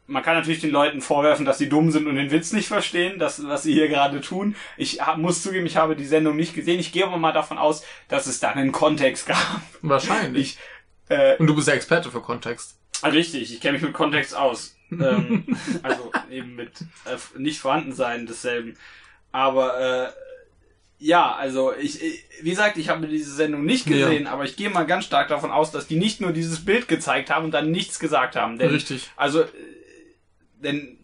Man kann natürlich den Leuten vorwerfen, dass sie dumm sind und den Witz nicht verstehen, das, was sie hier gerade tun. Ich ha- muss zugeben, ich habe die Sendung nicht gesehen. Ich gehe aber mal davon aus, dass es da einen Kontext gab.
Wahrscheinlich.
Ich, äh,
Und du bist ja Experte für Kontext.
Ah, Richtig, ich kenne mich mit Kontext
<laughs>
aus. ähm, also eben mit äh, nicht vorhanden sein desselben. Aber äh, ja, also ich, ich wie gesagt, ich habe diese Sendung nicht
Ja.
gesehen, aber ich gehe mal ganz stark davon aus, dass die nicht nur dieses Bild gezeigt haben und dann nichts gesagt haben. Denn,
Richtig.
Also äh, denn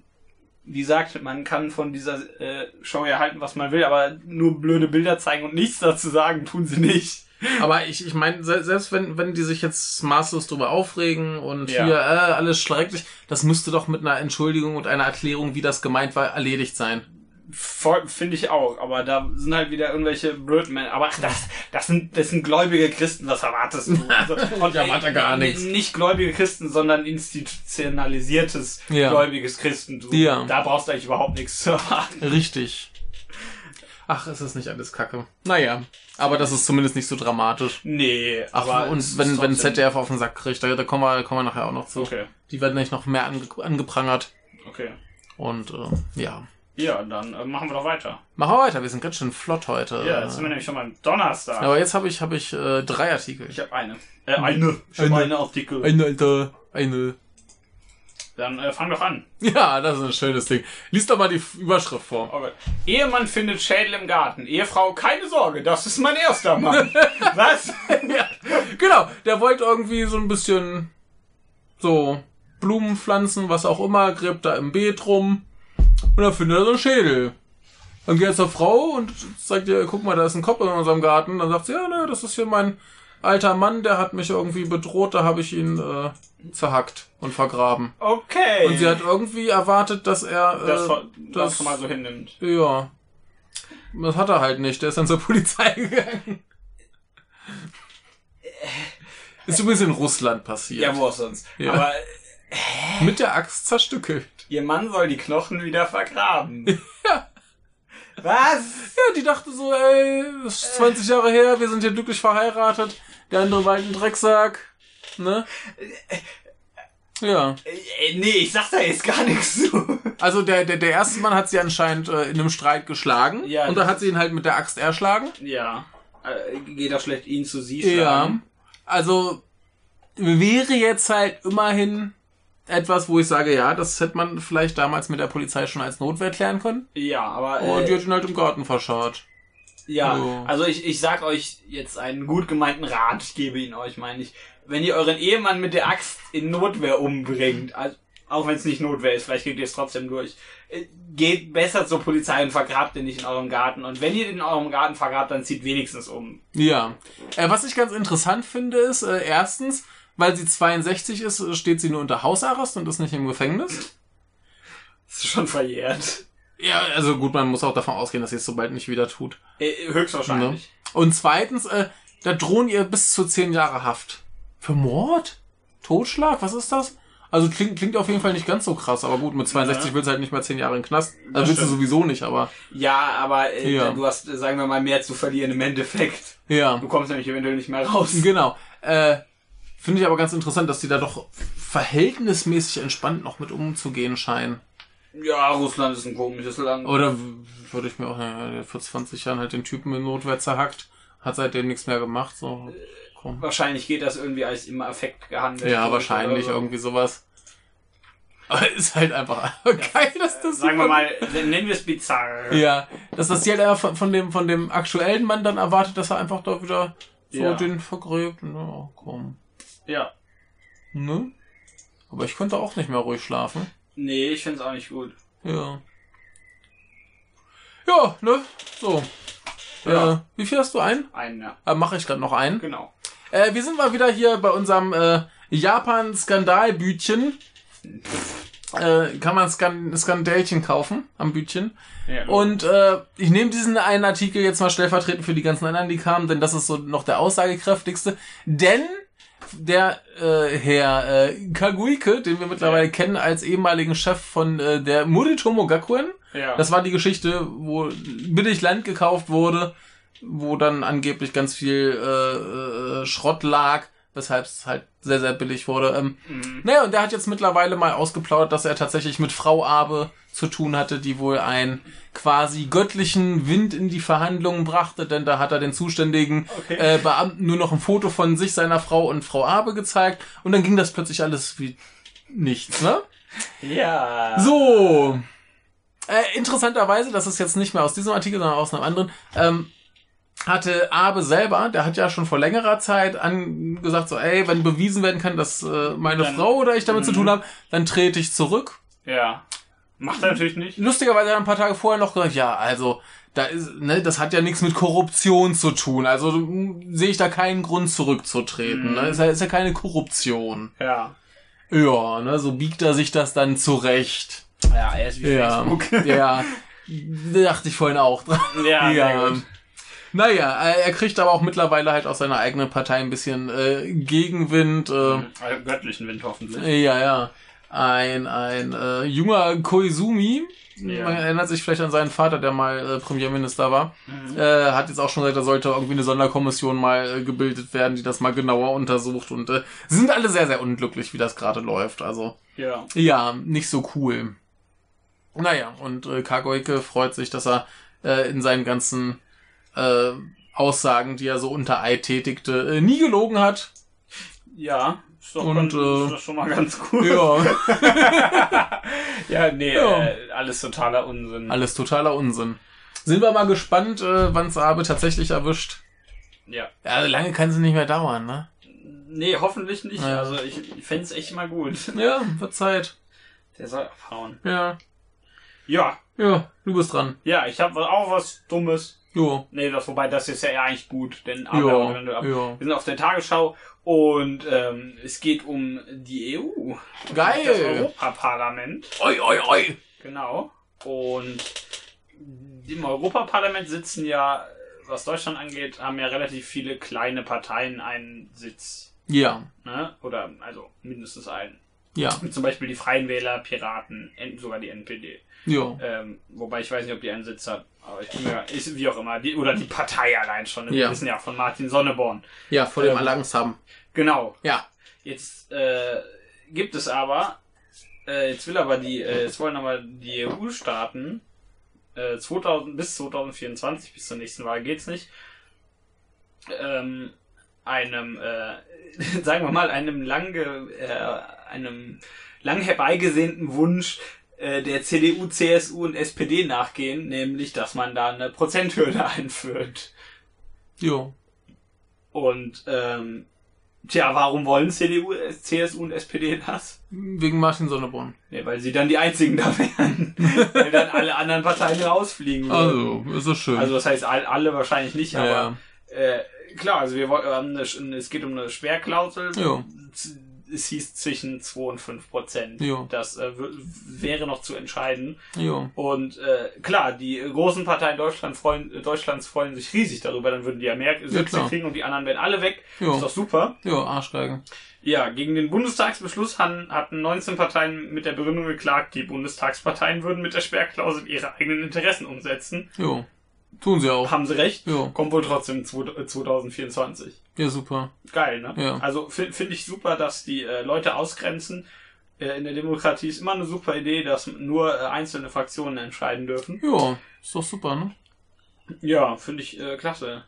wie gesagt, man kann von dieser äh, Show ja halten, was man will, aber nur blöde Bilder zeigen und nichts dazu sagen, tun sie nicht.
Aber ich, ich meine, se- selbst wenn, wenn die sich jetzt maßlos drüber aufregen und
Ja.
hier äh, alles schrecklich, das müsste doch mit einer Entschuldigung und einer Erklärung, wie das gemeint war, erledigt sein.
Voll- Finde ich auch, aber da sind halt wieder irgendwelche blöden Männer. Aber ach, das, das, sind, das sind gläubige Christen, was erwartest du?
<laughs>
Also, und,
Ich erwarte gar
äh,
nichts.
Nicht gläubige Christen, sondern institutionalisiertes
Ja.
gläubiges Christentum.
Ja.
Da brauchst du eigentlich überhaupt nichts zu erwarten. <laughs>
Richtig. Ach, es ist nicht alles Kacke. Naja, aber das ist zumindest nicht so dramatisch.
Nee,
Ach,
aber. es
und
ist
wenn, wenn
trotzdem-
ZDF auf den Sack kriegt, da, da kommen, wir, kommen wir nachher auch noch zu.
Okay,
Die werden nicht noch mehr ange angeprangert.
okay.
Und äh, ja.
Ja, dann äh, machen wir doch weiter.
Machen wir weiter, wir sind ganz schön flott heute.
Ja, jetzt sind wir nämlich schon beim Donnerstag.
aber jetzt habe ich, hab ich äh, drei Artikel.
Ich habe eine. Äh, eine. Ich habe
Eine.
eine Artikel.
Eine, Alter. Eine.
Dann äh, fang doch an.
<laughs> Ja, das ist ein schönes Ding. Lies doch mal die F- Überschrift vor. <laughs>
Oh Gott. Ehemann findet Schädel im Garten. Ehefrau, keine Sorge, das ist mein erster <laughs> Mann. Was?
ja, genau. Der wollte irgendwie so ein bisschen so Blumen pflanzen, was auch immer, gräbt da im Beet rum und dann findet er so einen Schädel. Dann geht er zur Frau und sagt ihr, guck mal, da ist ein Kopf in unserem Garten. Dann sagt sie, ja, ne, das ist hier mein alter Mann, der hat mich irgendwie bedroht, da habe ich ihn äh, zerhackt und vergraben.
Okay.
Und sie hat irgendwie erwartet, dass er äh,
das, ver- das
das-
schon mal so hinnimmt.
Ja. Das hat er halt nicht. Der ist dann zur <laughs> Polizei gegangen. Ist übrigens in Russland passiert.
Äh. Ja, wo auch sonst.
Ja.
Aber
Mit der Axt zerstückelt.
ihr Mann soll die Knochen wieder <laughs> vergraben. Was?
Ja, die dachte so, ey, das ist 20 Jahre her, wir sind hier glücklich verheiratet. Der andere war halt ein Drecksack. Ne? Ja.
Äh, nee, ich sag da jetzt gar nichts zu.
Also der, der, der erste Mann hat sie anscheinend äh, in einem Streit geschlagen.
Ja,
und dann
das-
hat sie ihn halt mit der Axt erschlagen.
Ja. Äh, geht auch schlecht ihn zu sie
Ja.
schlagen.
Also wäre jetzt halt immerhin etwas, wo ich sage, ja, das hätte man vielleicht damals mit der Polizei schon als Notwehr klären können.
Ja, aber.
Und die
Äh,
hat ihn halt im Garten verscharrt.
ja,
Ja.
also ich, ich sag euch jetzt einen gut gemeinten Rat, ich gebe ihn euch, meine ich. Wenn ihr euren Ehemann mit der Axt in Notwehr umbringt, also, auch wenn es nicht Notwehr ist, vielleicht kriegt ihr es trotzdem durch, äh, geht besser zur Polizei und vergrabt den nicht in eurem Garten. Und wenn ihr den in eurem Garten vergrabt, dann zieht wenigstens um.
Ja. Äh, was ich ganz interessant finde, ist, äh, erstens, weil sie 62 ist, äh, steht sie nur unter Hausarrest und ist nicht im Gefängnis.
Das ist schon verjährt.
Ja, also gut, man muss auch davon ausgehen, dass sie es so bald nicht wieder tut.
Äh, höchstwahrscheinlich.
Ne? Und zweitens, äh, da drohen ihr bis zu zehn Jahre Haft. Für Mord? Totschlag? Was ist das? Also klingt, klingt auf jeden Fall nicht ganz so krass, aber gut, mit 62
Ja.
willst du halt nicht mehr zehn Jahre in den Knast.
Das
Also willst du
stimmt.
sowieso nicht, aber
Ja, aber äh,
Ja.
du hast, äh, sagen wir mal, mehr zu verlieren im Endeffekt.
ja.
Du kommst nämlich eventuell nicht mehr raus.
Genau. Äh, Finde ich aber ganz interessant, dass die da doch verhältnismäßig entspannt noch mit umzugehen scheinen.
Ja, Russland ist ein komisches Land.
Oder w- würde ich mir auch, naja, der hat vor 20 Jahren halt den Typen in Notwehr zerhackt, hat seitdem nichts mehr gemacht, so. Komm.
Wahrscheinlich geht das irgendwie als im Affekt gehandelt. äh,
Ja,
wird
wahrscheinlich
oder so.
irgendwie sowas. Aber ist halt einfach <laughs> geil, dass das
Sagen wir
super-
mal, <laughs> nennen wir es bizarr.
Ja, dass das Ziel einfach von, von dem von dem aktuellen Mann dann erwartet, dass er einfach da wieder so
Ja.
den vergräbt. Ne, oh, komm.
ja.
Ne? Aber ich konnte auch nicht mehr ruhig schlafen.
Nee, ich find's auch nicht gut.
Ja. Ja, ne? So.
Ja.
Äh, wie viel hast du ein?
Einer.
Äh, Mache ich gerade noch einen.
Genau.
Äh, wir sind mal wieder hier bei unserem äh, Japan-Skandalbütchen. Äh, kann man Skan Skandälchen kaufen am Bütchen.
Ja.
Und äh, ich nehme diesen einen Artikel jetzt mal stellvertretend für die ganzen anderen, die kamen, denn das ist so noch der aussagekräftigste. Denn der äh, Herr äh, Kaguike, den wir mittlerweile kennen als ehemaligen Chef von äh, der Muritomo Gakuen,
ja.
das war die Geschichte, wo billig Land gekauft wurde, wo dann angeblich ganz viel äh, äh, Schrott lag, weshalb es halt sehr, sehr billig wurde. Ähm,
Mhm.
naja, und der hat jetzt mittlerweile mal ausgeplaudert, dass er tatsächlich mit Frau Abe zu tun hatte, die wohl einen quasi göttlichen Wind in die Verhandlungen brachte, denn da hat er den zuständigen
Okay.
äh, Beamten nur noch ein Foto von sich, seiner Frau und Frau Abe gezeigt und dann ging das plötzlich alles wie nichts, ne?
ja.
So. Äh, interessanterweise, das ist jetzt nicht mehr aus diesem Artikel, sondern aus einem anderen, ähm, hatte Abe selber, der hat ja schon vor längerer Zeit angesagt, so, ey, wenn bewiesen werden kann, dass äh, meine
Dann-
Frau oder ich damit zu
Mhm.
tun habe, dann trete ich zurück.
Ja. Macht er natürlich nicht.
Lustigerweise hat er ein paar Tage vorher noch gesagt, ja, also, da ist, ne, das hat ja nichts mit Korruption zu tun. Also mm, sehe ich da keinen Grund zurückzutreten.
Mhm.
Ne? Ist, ja, ist ja keine Korruption.
Ja.
Ja, ne, so biegt er sich das dann zurecht.
Ja, er ist wie
Ja,
Facebook.
<laughs> ja. Da dachte ich vorhin auch dran.
<laughs> Ja, sehr gut.
Naja, äh, er kriegt aber auch mittlerweile halt aus seiner eigenen Partei ein bisschen äh, Gegenwind. Äh,
Also göttlichen Wind hoffentlich.
äh, Ja, ja. Ein, ein äh, junger Koizumi,
Ja.
man erinnert sich vielleicht an seinen Vater, der mal äh, Premierminister war,
Mhm.
äh, hat jetzt auch schon gesagt, da sollte irgendwie eine Sonderkommission mal äh, gebildet werden, die das mal genauer untersucht. Und äh, sie sind alle sehr, sehr unglücklich, wie das gerade läuft. Also
Ja.
ja, nicht so cool. Naja, und äh, Kagoike freut sich, dass er äh, in seinen ganzen äh, Aussagen, die er so unter Eid tätigte, äh, nie gelogen <laughs> hat.
Ja. Ist doch,
Und,
ganz, ist
äh,
doch schon mal ganz
<laughs>
gut.
Ja,
Ja, nee,
Ja.
Äh, alles totaler Unsinn.
alles totaler Unsinn. Sind wir mal gespannt, äh, wann es Abe tatsächlich erwischt.
ja.
Ja, also lange kann es nicht mehr dauern, ne?
Nee, hoffentlich nicht.
Ja.
Also ich, ich fänd's echt mal gut. <laughs>
Ja, wird Zeit.
Der soll abhauen.
Ja,
Ja,
ja, du bist dran.
ja, ich habe auch was Dummes.
Jo,
Nee, das wobei das ist ja eher eigentlich gut, denn aber-
ja,
wenn du ab-
ja.
wir sind auf der Tagesschau und ähm, es geht um die EU. Das
Geil!
Europaparlament.
Oi, oi, oi!
Genau. Und im Europaparlament sitzen ja, was Deutschland angeht, haben ja relativ viele kleine Parteien einen Sitz.
Ja,
Ne? Oder also mindestens einen.
ja,
Zum Beispiel die Freien Wähler, Piraten, N- sogar die NPD.
jo.
Ähm, wobei ich weiß nicht, ob die einen Sitz hat. Aber ich bin mir, ist wie auch immer, die, oder die Partei allein schon. Wir
Ja.
wissen ja von Martin Sonneborn.
Ja, vor dem
Ähm,
alle Angst haben.
Genau.
Ja,
Jetzt äh, gibt es aber, äh, jetzt will aber die, äh, jetzt wollen aber die EU-Staaten äh, 2000 bis 2024 bis zur nächsten Wahl geht's nicht. Ähm, einem, äh, <laughs> sagen wir mal, einem lang, ge- äh, einem lang herbeigesehnten Wunsch äh, der CDU, CSU und SPD nachgehen, nämlich, dass man da eine Prozenthürde <laughs> einführt.
jo.
Und ähm, tja, warum wollen CDU, CSU und SPD das?
Wegen Martin Sonneborn.
Ja, weil sie dann die einzigen da
<laughs>
wären. weil dann alle anderen Parteien rausfliegen würden.
Also, ist das schön.
Also das heißt all- alle wahrscheinlich nicht,
ja,
aber
ja.
äh, klar, also wir wollen, haben eine, Sch- es geht um eine Sperrklausel.
Jo.
Z- Es hieß zwischen 2 und 5 Prozent.
Jo.
Das äh, w- wäre noch zu entscheiden.
Jo.
Und äh, klar, die großen Parteien Deutschland freuen, Deutschlands freuen sich riesig darüber. Dann würden die ja mehr Sitze
klar.
kriegen und die anderen wären alle weg.
Jo.
Ist doch super.
jo, Arschgeigen.
Ja, gegen den Bundestagsbeschluss han- hatten 19 Parteien mit der Begründung geklagt, die Bundestagsparteien würden mit der Sperrklausel ihre eigenen Interessen umsetzen.
Jo. Tun sie auch.
Oh, Haben sie recht.
Ja.
Kommt wohl trotzdem 2024.
Ja, super.
Geil, ne?
Ja.
Also finde find ich super, dass die äh, Leute ausgrenzen. Äh, in der Demokratie ist immer eine super Idee, dass nur äh, einzelne Fraktionen entscheiden dürfen.
Ja, ist doch super, ne?
Ja, finde ich äh, klasse.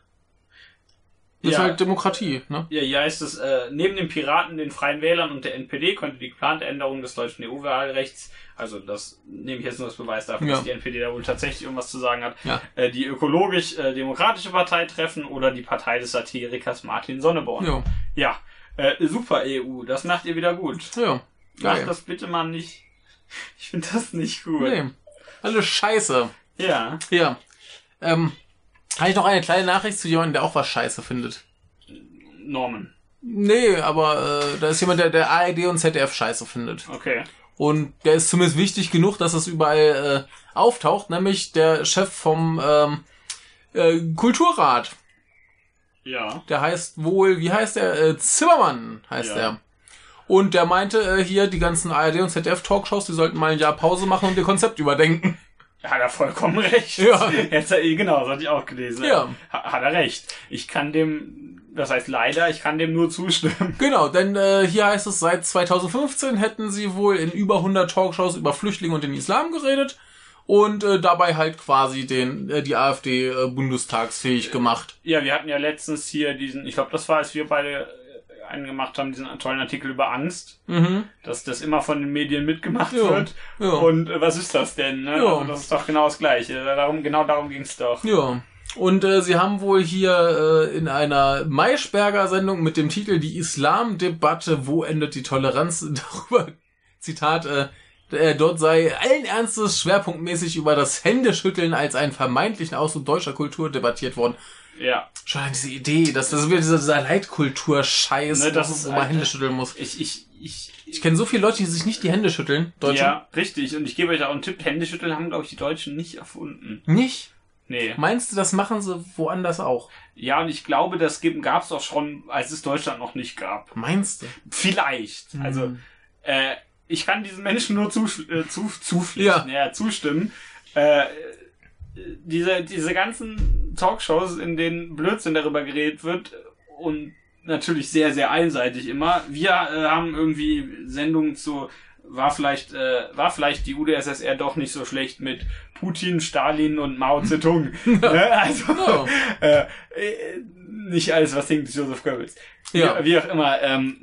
Ist
ja,
halt Demokratie, ne?
ja, hier heißt es, äh, neben den Piraten, den Freien Wählern und der NPD könnte die geplante Änderung des deutschen EU-Wahlrechts, also das nehme ich jetzt nur als Beweis dafür,
Ja.
dass die NPD da wohl tatsächlich irgendwas zu sagen hat,
Ja.
äh, die ökologisch-demokratische Partei treffen oder die Partei des Satirikers Martin Sonneborn.
Ja,
Ja, äh, super EU, das macht ihr wieder gut.
ja.
Mach
Geil.
das bitte mal nicht. <laughs> Ich finde das nicht gut.
Nee. Alle Scheiße.
Ja,
Ja. Ähm, habe ich noch eine kleine Nachricht zu jemandem, der auch was Scheiße findet?
Norman.
Nee, aber äh, da ist jemand, der, der ARD und ZDF Scheiße findet.
Okay.
Und der ist zumindest wichtig genug, dass das überall äh, auftaucht, nämlich der Chef vom ähm, äh, Kulturrat.
Ja.
Der heißt wohl, wie heißt der? Äh, Zimmermann heißt
Ja.
er. Und der meinte äh, hier, die ganzen ARD und ZDF Talkshows, die sollten mal ein Jahr Pause machen und ihr Konzept überdenken. <laughs>
Da Hat er vollkommen <laughs> recht.
Ja.
Jetzt, äh, genau, das hatte ich auch gelesen.
Ja.
Ha- Hat er recht. Ich kann dem, das heißt leider, ich kann dem nur zustimmen. <laughs>
Genau, denn äh, hier heißt es, seit 2015 hätten sie wohl in über 100 Talkshows über Flüchtlinge und den Islam geredet und äh, dabei halt quasi den äh, die AfD äh, bundestagsfähig gemacht.
Ja, wir hatten ja letztens hier diesen, ich glaube, das war, als wir beide äh, einen gemacht haben, diesen tollen Artikel über Angst,
Mhm.
dass das immer von den Medien mitgemacht
Ja.
wird.
Ja.
Und äh, was ist das denn? Ne?
Ja.
Also, das ist doch genau das Gleiche. Darum, genau darum ging's doch.
Ja. Und äh, sie haben wohl hier äh, in einer Maischberger Sendung mit dem Titel Die Islamdebatte, wo endet die Toleranz <laughs> darüber, Zitat, äh, äh, dort sei allen Ernstes schwerpunktmäßig über das Händeschütteln als einen vermeintlichen Ausdruck deutscher Kultur debattiert worden.
Ja.
Schon allein diese Idee, dass das wieder dieser, dieser Leitkultur-Scheiß,
Ne, das
wo-
ist
wo man
halt-
Hände schütteln muss.
Ich, ich, ich,
Ich kenne so viele Leute, die sich nicht die Hände schütteln. Deutsche.
Ja, richtig. Und ich gebe euch auch einen Tipp, Händeschütteln haben, glaube ich, die Deutschen nicht erfunden.
Nicht? <laughs>
Nee.
Meinst du, das machen sie woanders auch?
Ja, und ich glaube, das gab es auch schon, als es Deutschland noch nicht gab. <laughs>
Meinst du?
Vielleicht. Also, äh, ich kann diesen Menschen nur zu, äh, zu,
Ja.
zupflichten, ja. zustimmen. Äh, diese, diese ganzen Talkshows, in denen Blödsinn darüber geredet wird und natürlich sehr, sehr einseitig immer. Wir äh, haben irgendwie Sendungen zu, war vielleicht, äh, war vielleicht die UdSSR doch nicht so schlecht mit Putin, Stalin und Mao Zedong. ne? Also,
Ja.
äh, äh, nicht alles, was singt Joseph Goebbels.
Ja.
Wie, wie auch immer, ähm,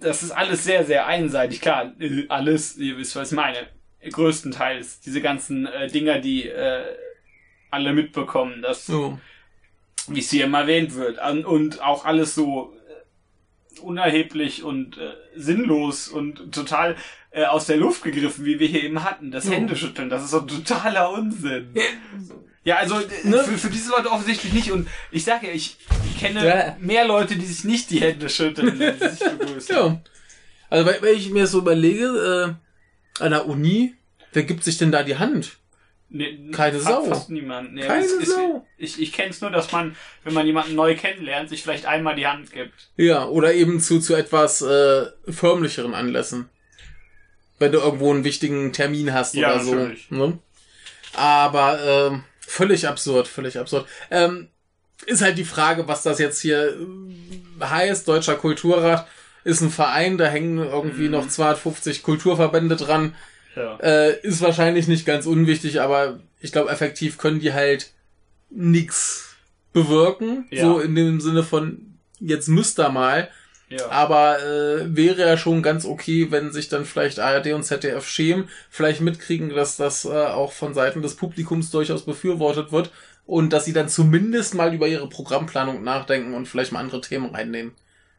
das ist alles sehr, sehr einseitig. Klar, äh, alles, ihr wisst, was ich meine. Größtenteils diese ganzen äh, Dinger, die äh, alle mitbekommen, dass,
So.
wie es hier immer erwähnt wird, an, und auch alles so äh, unerheblich und äh, sinnlos und total äh, aus der Luft gegriffen, wie wir hier eben hatten. Das
Ja.
Händeschütteln, das ist so totaler Unsinn. Ja, also äh,
Ne?
für, für diese Leute offensichtlich nicht. Und ich sage ja, ich kenne
Ja.
mehr Leute, die sich nicht die Hände schütteln, wenn sie
<laughs>
sich begrüßen.
ja. Also, wenn, wenn ich mir so überlege, äh, an der Uni, wer gibt sich denn da die Hand?
Nee,
Keine
hat
Sau.
Fast niemand. Nee,
Keine
es ist-
Sau.
Ich, ich kenne es nur, dass man, wenn man jemanden neu kennenlernt, sich vielleicht einmal die Hand gibt.
Ja, oder eben zu, zu etwas äh, förmlicheren Anlässen. Wenn du irgendwo einen wichtigen Termin hast
Ja,
oder so.
natürlich.
Ne? Aber ähm, völlig absurd, völlig absurd. Ähm, ist halt die Frage, was das jetzt hier äh, heißt. Deutscher Kulturrat ist ein Verein, da hängen irgendwie
Mhm.
noch 250 Kulturverbände dran.
Ja.
Äh, ist wahrscheinlich nicht ganz unwichtig, aber ich glaube, effektiv können die halt nix bewirken.
Ja.
So in dem Sinne von, jetzt müsst ihr mal.
ja.
Aber äh, wäre ja schon ganz okay, wenn sich dann vielleicht ARD und ZDF schämen, vielleicht mitkriegen, dass das äh, auch von Seiten des Publikums durchaus befürwortet wird und dass sie dann zumindest mal über ihre Programmplanung nachdenken und vielleicht mal andere Themen reinnehmen.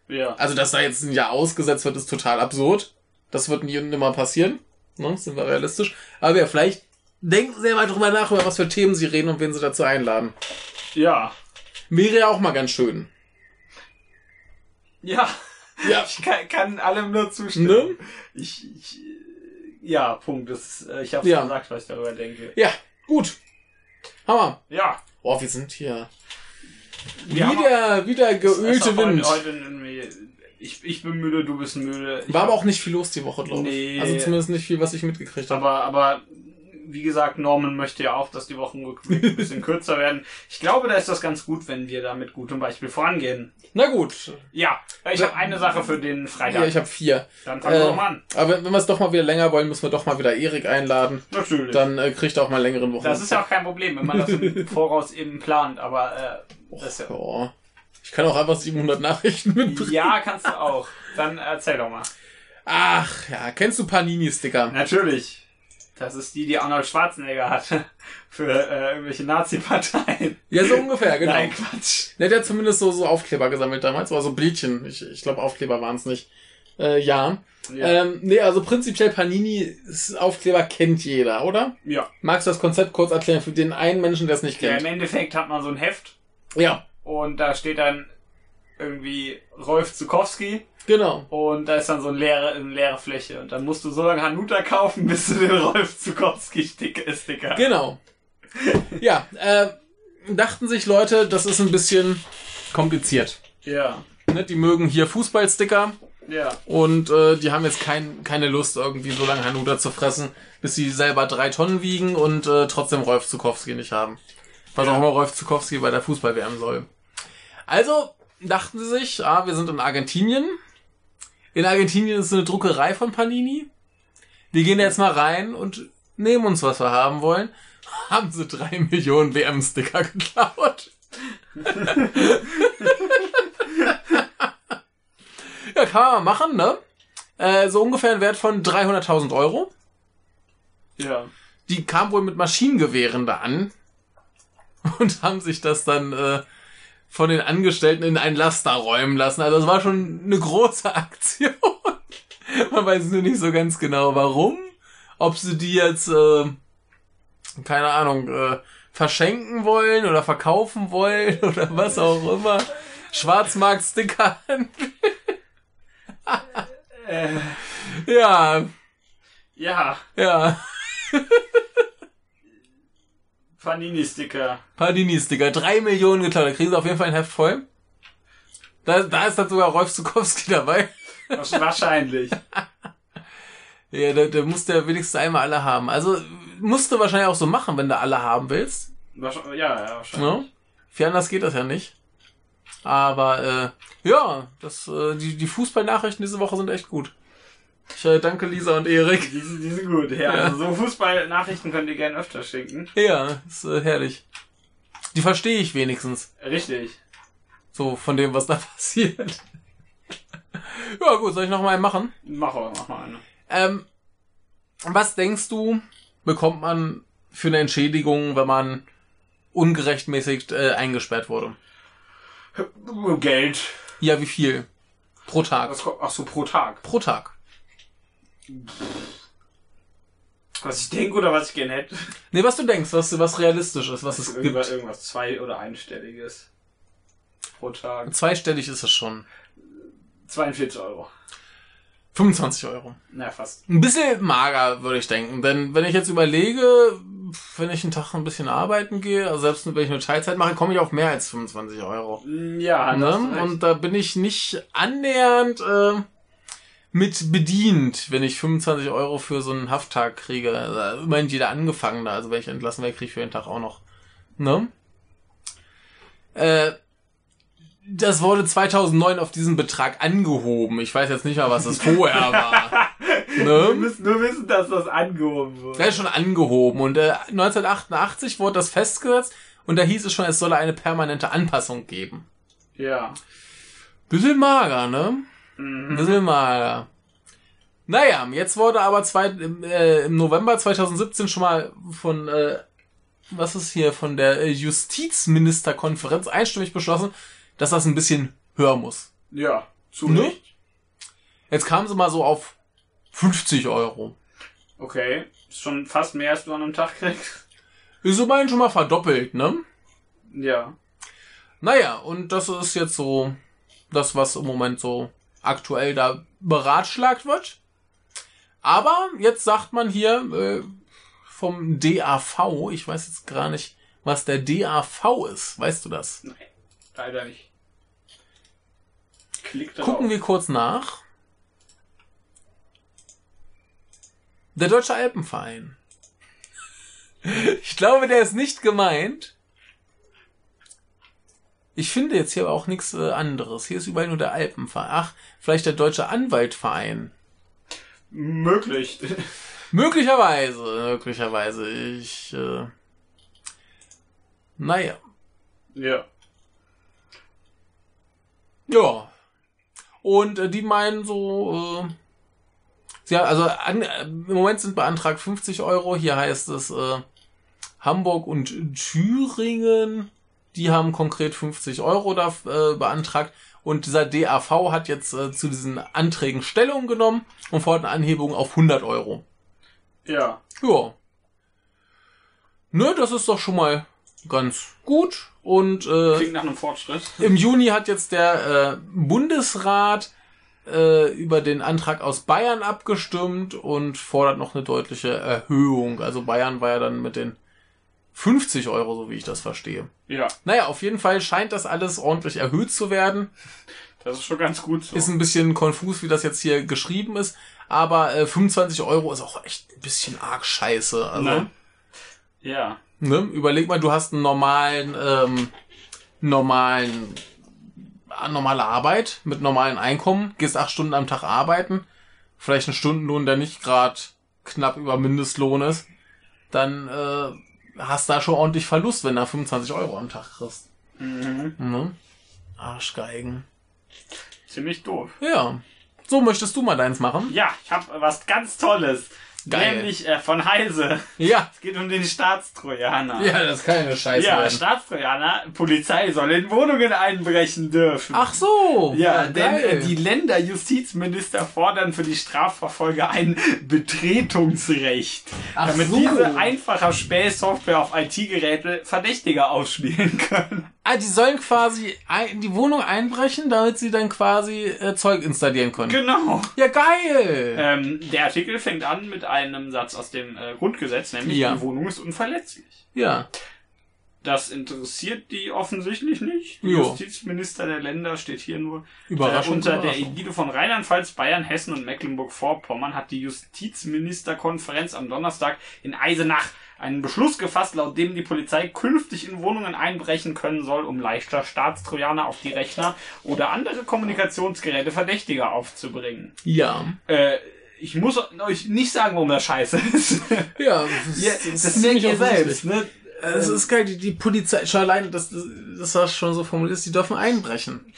ja.
Also, dass da jetzt ein Jahr ausgesetzt wird, ist total absurd. Das wird nie und nimmer passieren. Ne? Sind wir realistisch. Aber ja, vielleicht denken sie ja mal drüber nach, über was für Themen sie reden und wen sie dazu einladen.
Ja.
Wäre ja auch mal ganz schön.
Ja.
Ja.
Ich kann, kann allem nur zustimmen.
Ne?
Ich, ich, äh, ja, Punkt. Das, ist, äh, ich habe
Ja.
gesagt, was ich darüber denke.
Ja, gut. Hammer.
Ja.
Boah, wir sind hier.
wir haben-
wieder, wieder
Es
geölte
war
Wind.
Heute, heute irgendwie- ich, ich bin müde, du bist müde. Ich
War aber
hab-
auch nicht viel los die Woche, glaube ich.
Nee.
Also zumindest nicht viel, was ich mitgekriegt habe.
Aber, aber wie gesagt, Norman möchte ja auch, dass die Wochen ein
<laughs>
bisschen kürzer werden. Ich glaube, da ist das ganz gut, wenn wir da mit gutem Beispiel vorangehen.
Na gut.
Ja, ich habe eine Sache für den Freitag.
Ja, ich habe vier.
Dann fangen wir
Äh,
doch mal an.
Aber wenn wir es doch mal wieder länger wollen, müssen wir doch mal wieder Erik einladen.
Natürlich.
Dann äh, kriegt er auch mal einen längeren Wochen.
das ist ja auch kein Problem, wenn man das im Voraus eben plant, aber äh, das ist ja.
ja. Ich kann auch einfach 700 Nachrichten <laughs> mitbringen.
Ja, kannst du auch. Dann erzähl doch mal.
Ach ja, kennst du Panini-Sticker?
Natürlich. Das ist die, die Arnold Schwarzenegger hatte. <laughs> Für äh, irgendwelche Nazi-Parteien.
Ja, so ungefähr, genau.
Nein, Quatsch.
Ne, der hat zumindest so, so Aufkleber gesammelt damals, oder so Bildchen. Ich, ich glaube, Aufkleber waren es nicht. Äh, ja.
Ja.
Ähm, nee, also prinzipiell Panini-Aufkleber kennt jeder, oder?
ja.
Magst du das Konzept kurz erklären für den einen Menschen, der es nicht
ja. ne. Im
kennt?
Endeffekt hat man so ein Heft
Ja,
und da steht dann irgendwie Rolf Zukowski
genau.
und da ist dann so ein leere, eine leere Fläche. Und dann musst du so lange Hanuta kaufen, bis du den Rolf Zukowski-Sticker.
Genau. Ja, äh, dachten sich Leute, das ist ein bisschen kompliziert.
Ja.
Ne, die mögen hier Fußballsticker
Ja.
und äh, die haben jetzt kein, keine Lust, irgendwie so lange Hanuta zu fressen, bis sie selber drei Tonnen wiegen und äh, trotzdem Rolf Zukowski nicht haben. Was
Ja.
auch immer Rolf Zukowski bei der Fußball-WM soll. Also dachten sie sich, ah, wir sind in Argentinien. In Argentinien ist eine Druckerei von Panini. Wir gehen da jetzt mal rein und nehmen uns, was wir haben wollen. <laughs> Haben sie drei Millionen WM-Sticker geklaut. ja, kann man mal machen, ne? Äh, so ungefähr ein Wert von 300.000 Euro.
Ja.
Die kamen wohl mit Maschinengewehren da an <laughs> und haben sich das dann äh, von den Angestellten in ein Laster räumen lassen. Also das war schon eine große <laughs> Aktion. Man weiß nur nicht so ganz genau, warum. Ob sie die jetzt, äh, keine Ahnung, äh, verschenken wollen oder verkaufen wollen <laughs> oder was auch immer. Schwarzmarkt-Sticker.
Äh,
<laughs> Ja,
ja.
ja.
Panini-Sticker.
Panini-Sticker. Drei Millionen geklaut. Da kriegen sie auf jeden Fall ein Heft voll. Da, da ist dann sogar Rolf Zukowski <laughs> dabei.
Wasch- Wahrscheinlich.
Ja, der, der musste ja wenigstens einmal alle haben. Also musst du wahrscheinlich auch so machen, wenn du alle haben willst.
Wasch- Ja, ja, wahrscheinlich.
Ne? Viel anders geht das ja nicht. Aber äh, ja, das, äh, die, die Fußballnachrichten diese Woche sind echt gut. Ich äh, danke Lisa und Erik. <laughs>
Die sind, die sind gut, ja.
Ja.
Also so Fußball-Nachrichten könnt ihr gerne öfter schicken.
Ja, ist äh, herrlich. Die verstehe ich wenigstens.
Richtig.
So von dem, was da <laughs> passiert. ja gut, soll ich noch mal einen machen?
Mach auch, mach mal eine.
Ähm, was denkst du, bekommt man für eine Entschädigung, wenn man ungerechtmäßig äh, eingesperrt wurde?
Geld.
Ja, wie viel? Pro Tag.
Was, ko- ach so, pro Tag.
Pro Tag.
Was ich denke oder was ich gerne hätte.
Nee, was du denkst, was, was realistisch ist, was es
Irgendwas,
gibt.
irgendwas zwei- oder einstelliges. Pro Tag.
Zweistellig ist es schon.
42 Euro.
25 Euro.
Na, fast.
Ein bisschen mager, würde ich denken. Denn wenn ich jetzt überlege, pf, wenn ich einen Tag ein bisschen arbeiten gehe, also selbst wenn ich nur Teilzeit mache, komme ich auf mehr als 25 Euro.
Mm, Ja,
Ne?
das ist recht.
Und da bin ich nicht annähernd äh, mit bedient, wenn ich 25 Euro für so einen Hafttag kriege. Also, immerhin jeder Angefangene, also wenn ich entlassen werde, kriege ich für den Tag auch noch. Ne? Äh, das wurde 2009 auf diesen Betrag angehoben. Ich weiß jetzt nicht mehr, was das vorher war.
Wir
Ne?
müssen nur wissen, dass das angehoben
Der
wurde.
ist schon angehoben und äh, 1988 wurde das festgesetzt und da hieß es schon, es solle eine permanente Anpassung geben.
Ja.
Bisschen mager, ne? Ein
Mhm.
bisschen mal. Naja, jetzt wurde aber zwei, im, äh, im November 2017 schon mal von, äh, was ist hier, von der äh, Justizministerkonferenz einstimmig beschlossen, dass das ein bisschen höher muss.
Ja. Zu
Ne?
Recht.
Jetzt kamen sie mal so auf 50 Euro.
Okay. Ist schon fast mehr, als du an einem Tag kriegst.
Ist immerhin schon mal verdoppelt, ne?
Ja.
Naja, und das ist jetzt so das, was im Moment so aktuell da beratschlagt wird. Aber jetzt sagt man hier äh, vom DAV, ich weiß jetzt gar nicht, was der DAV ist. Weißt du das?
Leider nicht. Klick drauf.
Genau. Gucken wir kurz nach. Der Deutsche Alpenverein. Ich glaube, der ist nicht gemeint. Ich finde jetzt hier aber auch nichts äh, anderes. Hier ist überall nur der Alpenverein. Ach, vielleicht der Deutsche Anwaltverein.
Möglich. <laughs>
Möglicherweise, möglicherweise. Ich, äh, naja.
ja.
Ja. Und äh, die meinen so, äh, sie haben, also an, äh, im Moment sind beantragt 50 Euro, hier heißt es äh, Hamburg und Thüringen, die haben konkret 50 Euro da äh, beantragt und dieser DAV hat jetzt äh, zu diesen Anträgen Stellung genommen und fordert eine Anhebung auf 100 Euro.
Ja.
Ja. Ne, das ist doch schon mal ganz gut und äh,
Klingt nach einem Fortschritt.
im Juni hat jetzt der äh, Bundesrat äh, über den Antrag aus Bayern abgestimmt und fordert noch eine deutliche Erhöhung. Also Bayern war ja dann mit den 50 Euro, so wie ich das verstehe.
Ja,
Naja, auf jeden Fall scheint das alles ordentlich erhöht zu werden.
das ist schon ganz gut so.
Ist ein bisschen konfus, wie das jetzt hier geschrieben ist. Aber äh, 25 Euro ist auch echt ein bisschen arg scheiße. Also,
ne? Ja.
ne? Überleg mal, du hast einen normalen, ähm, normalen, äh, normale Arbeit mit normalen Einkommen, gehst acht Stunden am Tag arbeiten, vielleicht einen Stundenlohn, der nicht gerade knapp über Mindestlohn ist, dann äh, hast da schon ordentlich Verlust, wenn du 25 Euro am Tag kriegst.
Mhm.
Ne? Arschgeigen.
Ziemlich doof.
Ja. So möchtest du mal deins machen?
Ja, ich habe was ganz Tolles.
Geil.
Nämlich äh, von Heise.
Ja.
Es geht um den Staatstrojaner.
Ja, das kann keine Scheiße
Ja,
werden.
Staatstrojaner, Polizei soll in Wohnungen einbrechen dürfen.
Ach so.
Ja, denn
geil.
äh, die Länderjustizminister fordern für die Strafverfolger ein Betretungsrecht,
Ach
damit
so.
diese einfacher Späßsoftware auf IT-Geräte Verdächtiger ausspielen
<laughs>
können.
Ah, die sollen quasi ein- in die Wohnung einbrechen, damit sie dann quasi äh, Zeug installieren können.
Genau.
ja, geil!
Ähm, der Artikel fängt an mit einem Satz aus dem äh, Grundgesetz, nämlich
Ja.
die Wohnung ist unverletzlich.
ja.
Das interessiert die offensichtlich nicht. Die
Jo.
Justizminister der Länder steht hier nur.
Überraschung,
äh, unter der
Überraschung.
Ägide von Rheinland-Pfalz, Bayern, Hessen und Mecklenburg-Vorpommern hat die Justizministerkonferenz am Donnerstag in Eisenach einen Beschluss gefasst, laut dem die Polizei künftig in Wohnungen einbrechen können soll, um leichter Staatstrojaner auf die Rechner oder andere Kommunikationsgeräte Verdächtiger aufzubringen.
Ja.
Äh, ich muss euch nicht sagen, warum das scheiße ist.
Ja, das,
Ja, <laughs>
das
das
ist
merkt
ziemlich
ihr
offensichtlich. Also,
selbst, ne?
Es ist geil, die, die Polizei, schon allein, dass das, das das schon so formuliert ist, die dürfen einbrechen.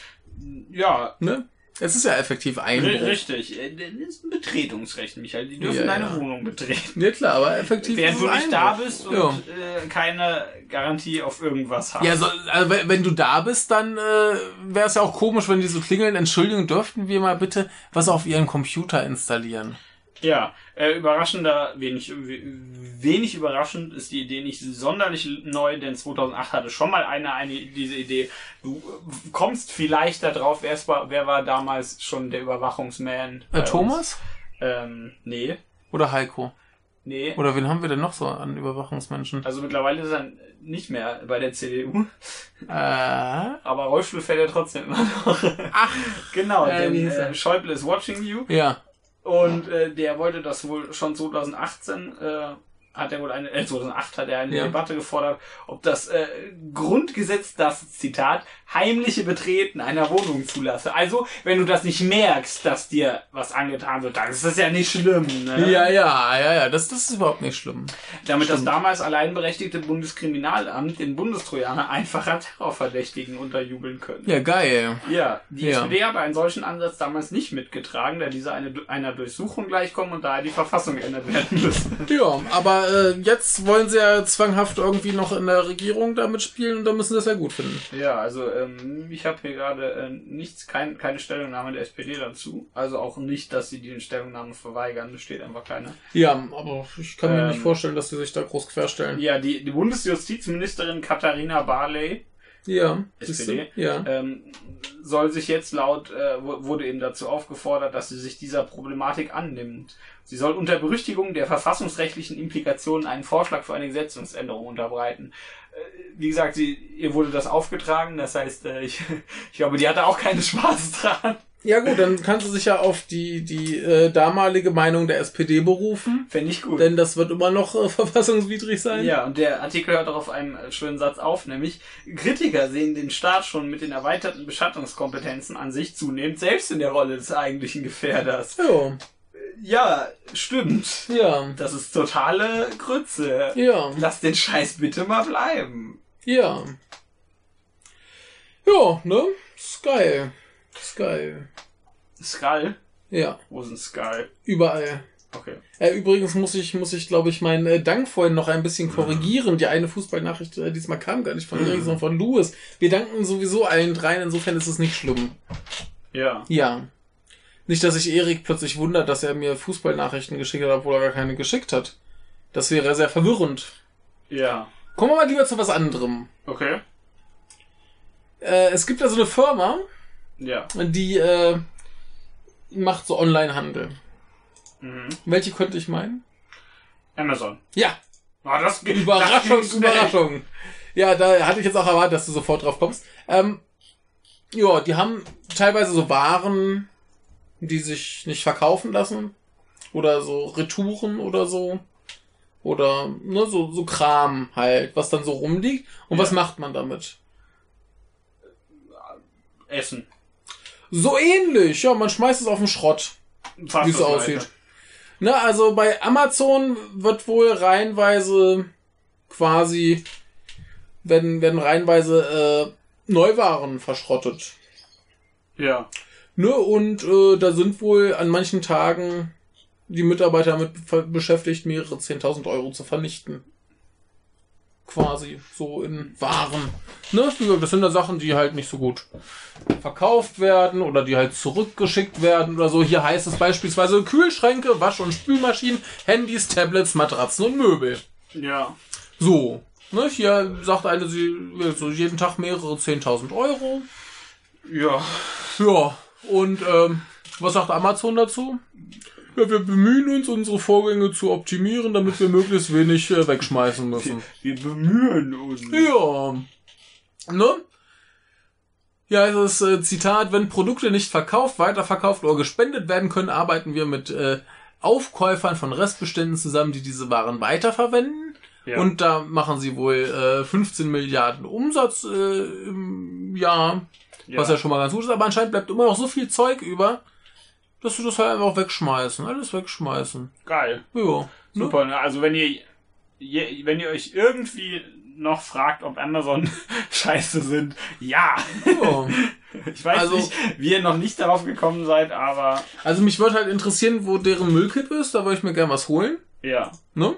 Ja,
Ne? Es ist ja effektiv
ri-
Einbruch.
richtig. Äh, Das ist ein Betretungsrecht, Michael. Die dürfen
Ja,
deine
ja.
Wohnung betreten.
Ja klar, aber effektiv
Während
ist
du
es
nicht
Einbruch.
da bist und
ja.
äh, keine Garantie auf irgendwas hast.
Ja, so, also wenn wenn du da bist, dann äh, wäre es ja auch komisch, wenn die so klingeln. Entschuldigung, dürften wir mal bitte was auf ihren Computer installieren?
Ja, äh, überraschender, wenig, wenig überraschend ist die Idee nicht sonderlich neu, denn 2008 hatte schon mal einer eine, diese Idee. Du äh, kommst vielleicht darauf, wer, ist war- wer war damals schon der Überwachungsman? bei
Äh,
uns?
Thomas?
Ähm, nee,
Oder Heiko?
nee.
Oder wen haben wir denn noch so an Überwachungsmenschen?
Also mittlerweile ist er nicht mehr bei der CDU,
Äh,
aber Rollstuhl fährt er trotzdem immer noch.
ach,
<laughs> genau,
Äh, wie
denn
hieß er?
äh, Schäuble is watching you.
ja.
Und äh, der wollte das wohl schon 2018, äh, hat er wohl eine, äh, 2008 hat er eine
Ja.
Debatte gefordert, ob das äh, Grundgesetz das, Zitat, heimliche Betreten einer Wohnung zulasse. Also, wenn du das nicht merkst, dass dir was angetan wird, dann ist das ja nicht schlimm. Ne?
Ja, ja, ja, ja, das, das ist überhaupt nicht schlimm.
Damit das damals allein berechtigte Bundeskriminalamt den Bundestrojaner einfacher Terrorverdächtigen unterjubeln können.
Ja, geil.
Ja, die
Ja.
SPD hat einen solchen Ansatz damals nicht mitgetragen, da diese eine, einer Durchsuchung gleichkommen und daher die Verfassung geändert werden müsste.
Ja, aber äh, jetzt wollen sie ja zwanghaft irgendwie noch in der Regierung damit spielen und da müssen sie das ja gut finden.
Ja, also ähm, ich habe hier gerade äh, nichts, kein, keine Stellungnahme der SPD dazu. Also auch nicht, dass sie die Stellungnahme verweigern, da steht einfach keine.
Ja, aber ich kann mir
Ähm.
nicht vorstellen, dass sie sich da groß querstellen.
Ja, die, die Bundesjustizministerin Katharina Barley
Ja. siehst du?
SPD.
Ja.
ähm, soll sich jetzt laut, äh, wu- wurde eben dazu aufgefordert, dass sie sich dieser Problematik annimmt. Sie soll unter Berüchtigung der verfassungsrechtlichen Implikationen einen Vorschlag für eine Gesetzungsänderung unterbreiten. Äh, Wie <laughs> gesagt, sie, ihr wurde das aufgetragen, das heißt, äh, ich, ich glaube, die hatte auch keinen Spaß <laughs> dran.
Ja gut, dann kann sie sich ja auf die, die äh, damalige Meinung der SPD berufen,
Fände ich gut.
denn das wird immer noch äh, <laughs> verfassungswidrig sein.
Ja, und der Artikel hört auch auf einen schönen Satz auf, nämlich Kritiker sehen den Staat schon mit den erweiterten Beschattungskompetenzen an sich zunehmend selbst in der Rolle des eigentlichen Gefährders.
Ja,
Ja, stimmt.
ja,
Das ist totale Grütze.
ja,
Lass den Scheiß bitte mal bleiben.
ja. Ja, ne? Ist geil. Ist geil.
Skull?
Ja,
Wo ist ein Skull?
überall.
Okay.
Äh, übrigens muss ich, muss ich, glaube ich, meinen äh, Dank vorhin noch ein bisschen korrigieren. Die eine Fußballnachricht äh, diesmal kam gar nicht von Erik, sondern von Louis. Wir danken sowieso allen dreien, insofern ist es nicht schlimm.
Ja.
Ja. Nicht, dass sich Erik plötzlich wundert, dass er mir Fußballnachrichten geschickt hat, obwohl er gar keine geschickt hat. Das wäre sehr verwirrend.
Ja.
Kommen wir mal lieber zu was anderem.
Okay.
Äh, es gibt also eine Firma,
Ja.
die äh, macht so Online-Handel.
Mhm.
Welche könnte ich meinen?
Amazon.
Ja,
Ah, das geht-
Überraschung,
das geht schnell.
Überraschung. Ja, da hatte ich jetzt auch erwartet, dass du sofort drauf kommst. Ähm, ja, die haben teilweise so Waren, die sich nicht verkaufen lassen. Oder so Retouren oder so. Oder ne, so, so Kram halt, was dann so rumliegt. Und was
Ja.
macht man damit?
Essen.
So ähnlich, ja, man schmeißt es auf den Schrott.
Fast
wie es
das Gleiche.
aussieht. Ne, also bei Amazon wird wohl reihenweise quasi, werden, werden reihenweise äh, Neuwaren verschrottet.
Ja.
Ne, und äh, da sind wohl an manchen Tagen die Mitarbeiter mit ver- beschäftigt, mehrere 10.000 Euro zu vernichten. Quasi so in Waren. Ne, wie gesagt, das sind da Sachen, die halt nicht so gut verkauft werden oder die halt zurückgeschickt werden oder so. Hier heißt es beispielsweise Kühlschränke, Wasch- und Spülmaschinen, Handys, Tablets, Matratzen und Möbel.
Ja.
So. Ne, hier sagt eine, sie will so jeden Tag mehrere 10.000 Euro.
Ja.
Ja, und ähm, was sagt Amazon dazu? Ja, wir bemühen uns, unsere Vorgänge zu optimieren, damit wir möglichst wenig äh, wegschmeißen müssen.
Wir bemühen uns.
Ja. Ne? Ja, es ist äh, Zitat, wenn Produkte nicht verkauft, weiterverkauft oder gespendet werden können, arbeiten wir mit äh, Aufkäufern von Restbeständen zusammen, die diese Waren weiterverwenden.
Ja.
Und da machen sie wohl äh, 15 Milliarden Umsatz äh, im Jahr.
ja.
Was ja schon mal ganz gut ist, aber anscheinend bleibt immer noch so viel Zeug über, dass du das halt einfach wegschmeißen. Alles wegschmeißen.
geil.
Ja. Ne?
Super, ne? Also wenn ihr je, wenn ihr euch irgendwie noch fragt, ob Amazon <laughs> scheiße sind, ja.
Ja.
Ich weiß
Also-
nicht, wie ihr noch nicht darauf gekommen seid, aber
Also mich würde halt interessieren, wo deren Müllkippe ist, da würde ich mir gern was holen.
ja.
Ne?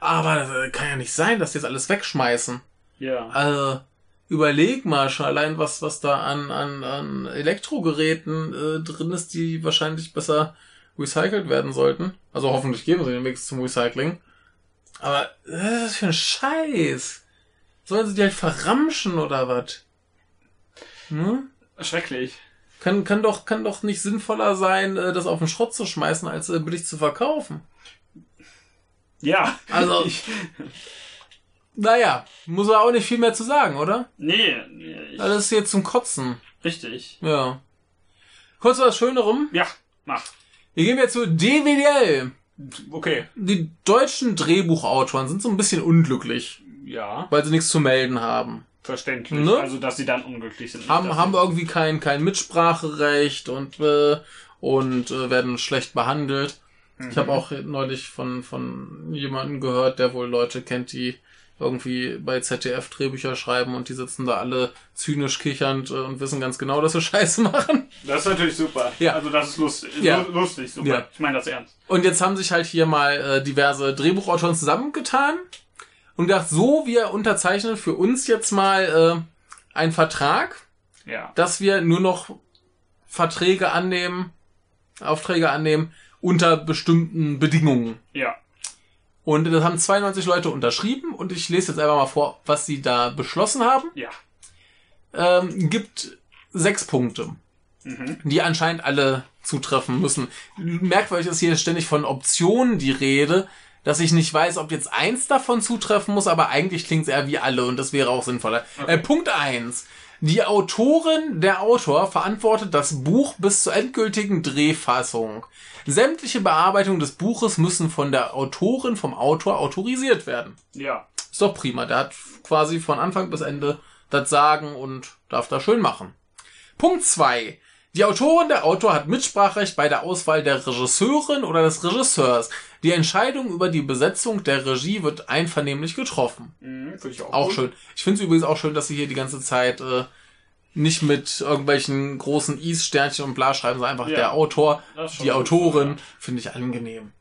Aber das äh, kann ja nicht sein, dass die jetzt alles wegschmeißen.
Ja.
Also, überleg mal schon allein, was, was da an, an, an Elektrogeräten äh, drin ist, die wahrscheinlich besser recycelt werden sollten. Also hoffentlich geben sie den Mix zum Recycling. Aber äh, was ist für ein Scheiß. Sollen sie die halt verramschen oder was? Ne?
Schrecklich.
Kann, kann, doch, kann doch nicht sinnvoller sein, äh, das auf den Schrott zu schmeißen, als äh, billig zu verkaufen.
Ja.
Also-
<laughs> ich,
Naja, muss er auch nicht viel mehr zu sagen, oder?
nee, nee, ich,
Alles hier zum Kotzen.
richtig.
Ja. Kurz was Schönerem.
Ja, mach.
Wir gehen jetzt zu DWDL.
Okay.
Die deutschen Drehbuchautoren sind so ein bisschen unglücklich,
Ja,
weil sie nichts zu melden haben.
verständlich.
Ne?
Also, dass sie dann unglücklich sind. nicht,
Haben,
dass
haben
sie-
irgendwie kein, kein Mitspracherecht und, äh, und äh, werden schlecht behandelt. Ich habe auch neulich von, von jemandem gehört, der wohl Leute kennt, die irgendwie bei ZDF Drehbücher schreiben und die sitzen da alle zynisch kichernd äh, und wissen ganz genau, dass wir <laughs> Scheiße machen.
Das ist natürlich super.
Ja.
Also, das ist lustig.
Ja.
lu- Lustig, super.
Ja.
Ich meine das ernst.
Und jetzt haben sich halt hier mal äh, diverse Drehbuchautoren zusammengetan und gedacht, so, wir unterzeichnen für uns jetzt mal äh, einen Vertrag,
Ja.
dass wir nur noch Verträge annehmen, Aufträge annehmen unter bestimmten Bedingungen.
Ja.
Und das haben 92 Leute unterschrieben und ich lese jetzt einfach mal vor, was sie da beschlossen haben.
Ja.
Ähm, gibt sechs Punkte.
Mhm.
die anscheinend alle zutreffen müssen. Merkwürdig ist hier ständig von Optionen die Rede, dass ich nicht weiß, ob jetzt eins davon zutreffen muss, aber eigentlich klingt es eher wie alle und das wäre auch sinnvoller.
Okay.
Äh, Punkt eins: Die Autorin, der Autor, verantwortet das Buch bis zur endgültigen Drehfassung. Sämtliche Bearbeitungen des Buches müssen von der Autorin, vom Autor autorisiert werden.
Ja.
Ist doch prima. Der hat quasi von Anfang bis Ende das Sagen und darf das schön machen. Punkt zwei: Die Autorin, der Autor hat Mitspracherecht bei der Auswahl der Regisseurin oder des Regisseurs. Die Entscheidung über die Besetzung der Regie wird einvernehmlich getroffen.
Mhm, Finde ich auch,
Auch
gut.
schön. Ich finde es übrigens auch schön, dass sie hier die ganze Zeit äh, nicht mit irgendwelchen großen Is, Sternchen und bla schreiben, sondern einfach
Ja.
der Autor,
Das ist schon
die
gut,
Autorin,
ja.
finde ich angenehm.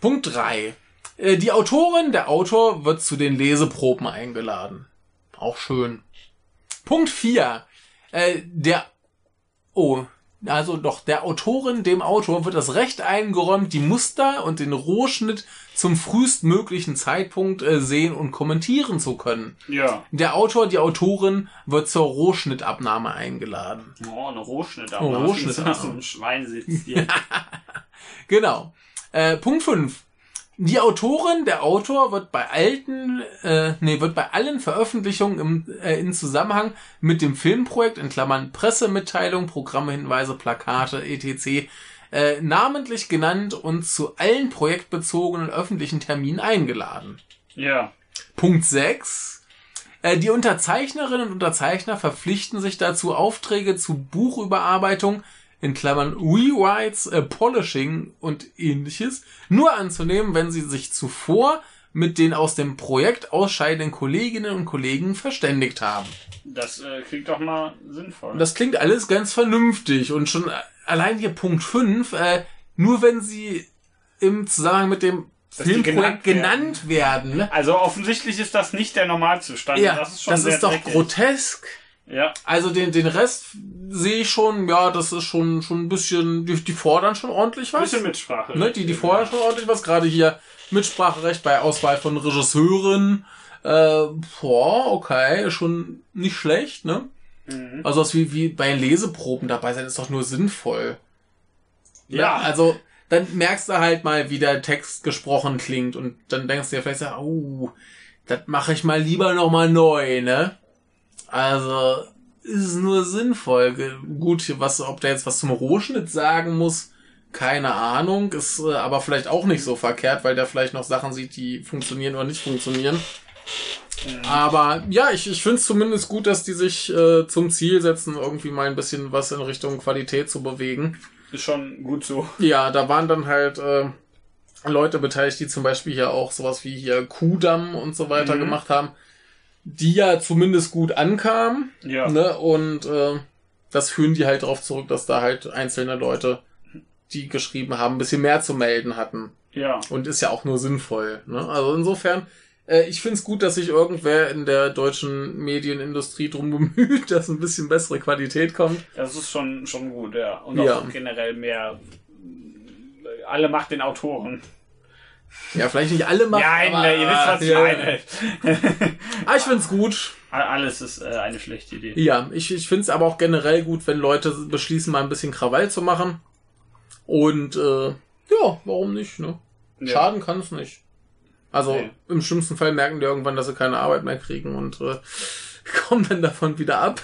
Punkt drei. Äh, die Autorin, der Autor wird zu den Leseproben eingeladen. Auch schön. Punkt vier. Äh, der Oh, also doch, der Autorin, dem Autor wird das Recht eingeräumt, die Muster und den Rohschnitt zum frühestmöglichen Zeitpunkt äh, sehen und kommentieren zu können.
Ja.
Der Autor, die Autorin wird zur Rohschnittabnahme eingeladen.
Oh, eine Rohschnitt
Oh, Rohschnitt,
Nach so einem Schwein <laughs> sitzt hier.
Genau. Äh, Punkt 5. Die Autorin, der Autor wird bei alten, äh, nee, wird bei allen Veröffentlichungen im, äh, in Zusammenhang mit dem Filmprojekt, in Klammern Pressemitteilung, Programmhinweise, Plakate, etc., äh, namentlich genannt und zu allen projektbezogenen öffentlichen Terminen eingeladen.
ja.
Punkt 6. Äh, Die Unterzeichnerinnen und Unterzeichner verpflichten sich dazu, Aufträge zu Buchüberarbeitung, in Klammern Rewrites, äh, Polishing und ähnliches, nur anzunehmen, wenn sie sich zuvor mit den aus dem Projekt ausscheidenden Kolleginnen und Kollegen verständigt haben.
Das äh, klingt doch mal sinnvoll.
Und das klingt alles ganz vernünftig und schon äh, allein hier Punkt 5, äh, nur wenn sie im Zusammenhang mit dem
Dass die genannt werden.
Filmprojekt genannt werden, ne?
also offensichtlich ist das nicht der Normalzustand.
ja,
das ist schon sehr
doch
dreckig.
grotesk.
Ja.
Also den, den Rest sehe ich schon, ja, das ist schon, schon ein bisschen, die, die fordern schon ordentlich was.
Bisschen Mitsprache.
ne? die, die fordern schon ordentlich was, gerade hier Mitspracherecht bei Auswahl von Regisseuren. Äh, boah, okay, schon nicht schlecht, ne?
Mhm.
Also das wie, wie bei Leseproben dabei sein ist doch nur sinnvoll. Ne?
Ja.
Also dann merkst du halt mal, wie der Text gesprochen klingt und dann denkst du dir vielleicht, so, oh, das mache ich mal lieber nochmal neu, ne? Also ist nur sinnvoll. Ge- Gut, hier was, ob der jetzt was zum Rohschnitt sagen muss, keine Ahnung, ist äh, aber vielleicht auch nicht so verkehrt, weil der vielleicht noch Sachen sieht, die funktionieren oder nicht funktionieren. Aber ja, ich, ich finde es zumindest gut, dass die sich äh, zum Ziel setzen, irgendwie mal ein bisschen was in Richtung Qualität zu bewegen.
Ist schon gut so.
Ja, da waren dann halt äh, Leute beteiligt, die zum Beispiel hier auch sowas wie hier Kudamm und so weiter
Mhm.
gemacht haben, die ja zumindest gut ankamen.
Ja.
Ne? Und äh, das führen die halt darauf zurück, dass da halt einzelne Leute, die geschrieben haben, ein bisschen mehr zu melden hatten.
Ja.
Und ist ja auch nur sinnvoll. Ne? Also insofern, äh, ich find's gut, dass sich irgendwer in der deutschen Medienindustrie drum bemüht, <laughs> dass ein bisschen bessere Qualität kommt.
Das ist schon, schon gut, ja. Und auch
Ja.
generell mehr. äh, Alle macht den Autoren.
Ja, vielleicht nicht alle machen.
Nein, ne, ihr wisst, was ich
ja.
meine. <laughs>
Ah, ich find's gut.
A- Alles ist äh, eine schlechte Idee.
Ja, ich, ich find's aber auch generell gut, wenn Leute beschließen, mal ein bisschen Krawall zu machen. Und äh, ja, warum nicht, ne?
Ja.
Schaden kann's nicht. Also
Nee.
im schlimmsten Fall merken die irgendwann, dass sie keine Arbeit mehr kriegen und äh, <laughs> kommen dann davon wieder ab.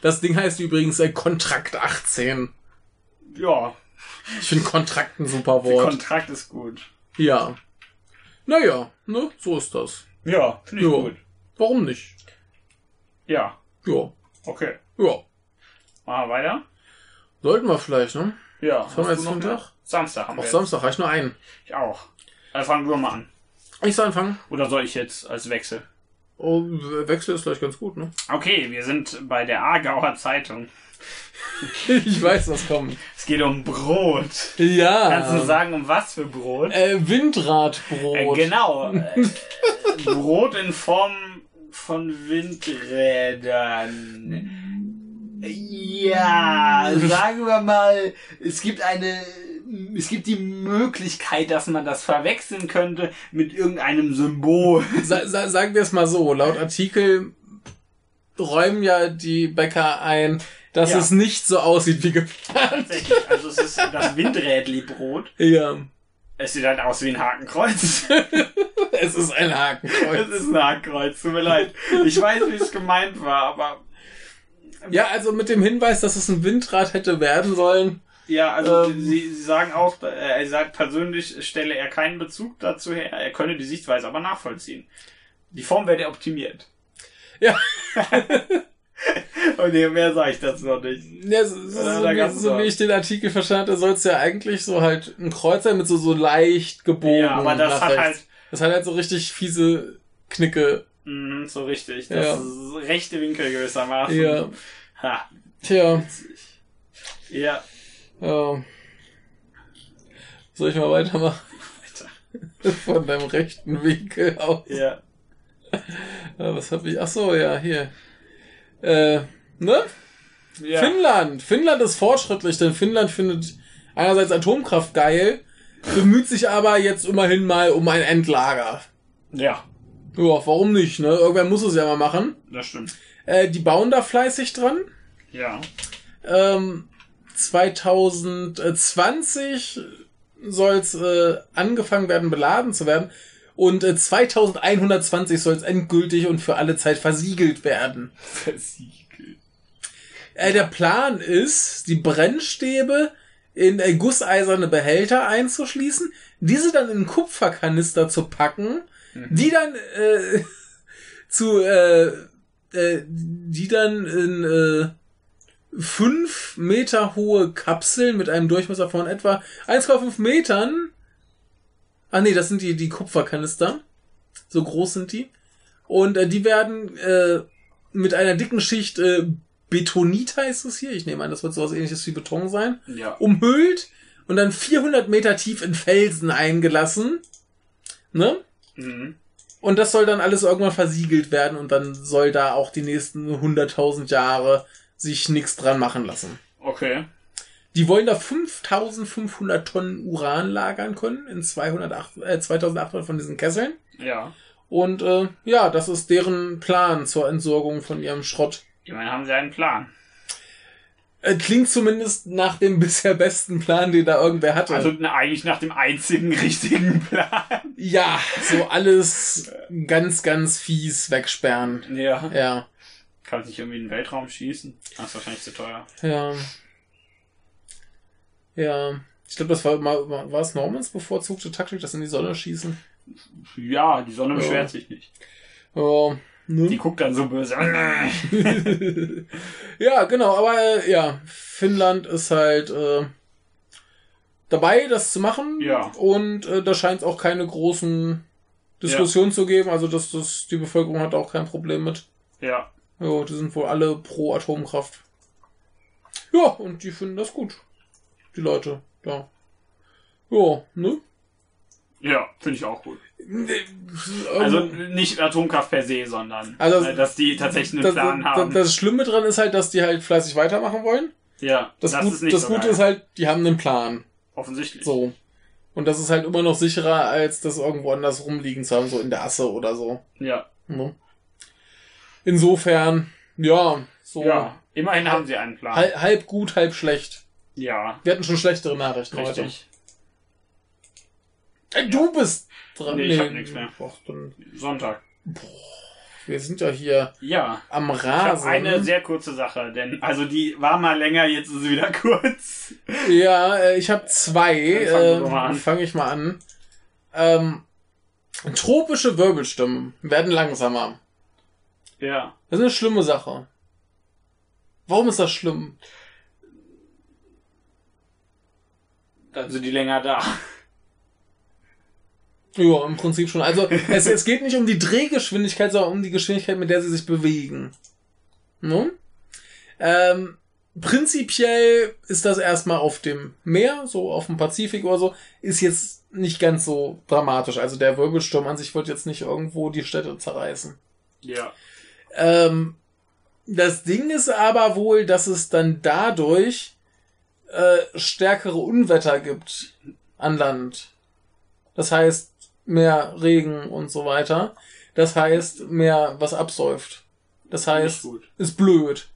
Das Ding heißt übrigens äh, Kontrakt 18.
Ja,
Ich finde Kontrakt ein super
der
Wort.
Kontrakt ist gut.
ja. Naja, ne, so ist das.
Ja, finde ich
Ja.
gut.
Warum nicht?
Ja,
Ja,
okay.
ja.
Machen wir weiter?
Sollten wir vielleicht, ne?
Ja.
haben wir
hast
jetzt
du noch
Sonntag?
mehr? Samstag haben wir.
Auch
jetzt.
Samstag reicht nur einen.
Ich auch. Also fangen wir mal an.
Ich soll anfangen.
Oder soll ich jetzt als Wechsel?
Oh, Wechsel ist gleich ganz
<laughs>
gut, ne?
Okay, wir sind bei der Aargauer Zeitung.
ich weiß, was kommt.
Es geht um Brot.
Ja.
Kannst du sagen, um was für Brot?
Ähm. äh, Windradbrot.
Äh, genau. Äh, Brot in Form von Windrädern. Ja, sagen wir mal, es gibt eine, es gibt die Möglichkeit, dass man das verwechseln könnte mit irgendeinem Symbol.
Sa sa sagen wir es mal so, laut Artikel räumen ja die Bäcker ein, dass
Ja.
es nicht so aussieht wie geplant.
Tatsächlich, also es ist das Windrädli-Brot.
Ja,
Es sieht halt aus wie ein Hakenkreuz. <laughs>
es ist ein Hakenkreuz.
Es ist ein Hakenkreuz, tut mir leid. Ich weiß, wie es gemeint war, aber
Ja, also mit dem Hinweis, dass es ein Windrad hätte werden sollen.
Ja, also
Ähm.
sie, sie sagen auch, äh, er sagt persönlich stelle er keinen Bezug dazu her, er könne die Sichtweise aber nachvollziehen. Die Form werde optimiert. <laughs>
Ja.
Und nee, mehr sage ich dazu noch nicht.
Ja, so, so,
Ja,
so,
da
wie,
gab's es
so
auch.
wie ich den Artikel verstanden habe, soll es ja eigentlich so halt ein Kreuz sein mit so, so leicht gebogen.
ja, aber das
nach
hat
rechts.
halt
Oh Das hat halt so richtig fiese Knicke.
mh, mhm, so richtig. Das
Ja.
ist rechte Winkel gewissermaßen.
Ja.
Ha.
Tja,
Ja.
ja. Soll ich mal weitermachen? <laughs>
Weiter.
Von deinem rechten Winkel aus.
Ja.
Ja, was hab ich? Ach so, ja, hier. Äh, ne?
Ja.
Finnland. Finnland ist fortschrittlich, denn Finnland findet einerseits Atomkraft geil, bemüht sich aber jetzt immerhin mal um ein Endlager.
ja,
Ja, warum nicht, ne? Irgendwer muss es ja mal machen.
das stimmt.
Äh, die bauen da fleißig dran. <laughs>
Ja.
Ähm, 2020 soll es äh, angefangen werden, beladen zu werden. Und äh, 2120 soll es endgültig und für alle Zeit versiegelt werden.
Versiegelt.
Äh, der Plan ist, die Brennstäbe in äh, gusseiserne Behälter einzuschließen, diese dann in Kupferkanister zu packen, die dann äh, <laughs> zu äh, äh, die dann in äh, fünf Meter hohe Kapseln mit einem Durchmesser von etwa 1,5 Metern. Ah nee, das sind die die Kupferkanister. So groß sind die. Und äh, die werden äh, mit einer dicken Schicht äh, Betonita ist es hier. Ich nehme an, das wird sowas ähnliches wie Beton sein.
Ja.
Umhüllt und dann 400 Meter tief in Felsen eingelassen. Ne?
Mhm.
Und das soll dann alles irgendwann versiegelt werden und dann soll da auch die nächsten 100.000 Jahre sich nichts dran machen lassen.
Okay.
Die wollen da 5.500 Tonnen Uran lagern können in 208, äh, 2.800 von diesen Kesseln.
Ja.
Und äh, ja, das ist deren Plan zur Entsorgung von ihrem Schrott.
Immerhin haben sie einen Plan.
Äh, klingt zumindest nach dem <laughs> bisher besten Plan, den da irgendwer hatte.
Also na, eigentlich nach dem einzigen <laughs> richtigen Plan.
ja, so alles ganz, ganz fies wegsperren.
Ja.
Ja.
Kann sich irgendwie in den Weltraum schießen. Das ist wahrscheinlich zu teuer.
Ja. Ja. Ich glaube, das war mal, war war es Normans bevorzugte Taktik, das in die Sonne schießen.
Ja, die Sonne
Ja.
beschwert sich nicht.
Ja.
Die
Ne?
guckt dann so
<laughs>
böse.
ja, genau, aber äh, ja, Finnland ist halt äh, dabei, das zu machen.
Ja.
Und äh, da scheint es auch keine großen Diskussionen zu geben. Also das, das, die Bevölkerung hat auch kein Problem mit.
ja.
Ja, die sind wohl alle pro Atomkraft. Ja, und die finden das gut. Die Leute, da. Ja, ne?
Ja, finde ich auch gut. Also
Also,
nicht Atomkraft per se, sondern
Also,
äh, dass die tatsächlich einen
das,
Plan haben.
das, das Schlimme dran ist halt, dass die halt fleißig weitermachen wollen.
ja,
Das, Gut,
ist nicht
das
so
Gute
geil.
ist halt, die haben einen Plan.
Offensichtlich.
So. Und das ist halt immer noch sicherer, als das irgendwo anders rumliegen zu haben, so in der Asse oder so.
Ja.
Ne? Insofern, ja, so Halt.
ja. Immerhin haben sie einen Plan.
halb, halb gut, halb schlecht.
ja,
Wir hatten schon schlechtere Nachrichten heute.
richtig.
Ey, Äh, du bist dran.
Nee, ich hab nix mehr.
Boah, dann,
Sonntag.
wir sind ja hier
Ja.
am
Ich hab
Rasen.
eine sehr kurze Sache, denn also die war mal länger, jetzt ist sie wieder <laughs> kurz.
ja, äh, ich habe zwei.
Dann fang du
Äh,
doch mal an.
Fange ich mal an. Ähm, tropische Wirbelstimmen werden langsamer.
Ja.
Das ist eine schlimme Sache. Warum ist das schlimm?
Dann sind die länger da.
Ja, im Prinzip schon. Also es, es geht nicht um die Drehgeschwindigkeit, sondern um die Geschwindigkeit, mit der sie sich bewegen. Ne? Ähm, prinzipiell ist das erstmal auf dem Meer, so auf dem Pazifik oder so, ist jetzt nicht ganz so dramatisch. Also der Wirbelsturm an sich wird jetzt nicht irgendwo die Städte zerreißen.
Ja.
Ähm, das Ding ist aber wohl, dass es dann dadurch äh, stärkere Unwetter gibt an Land. Das heißt, mehr Regen und so weiter. Das heißt, mehr was absäuft. Das
Nicht
heißt,
gut.
ist blöd.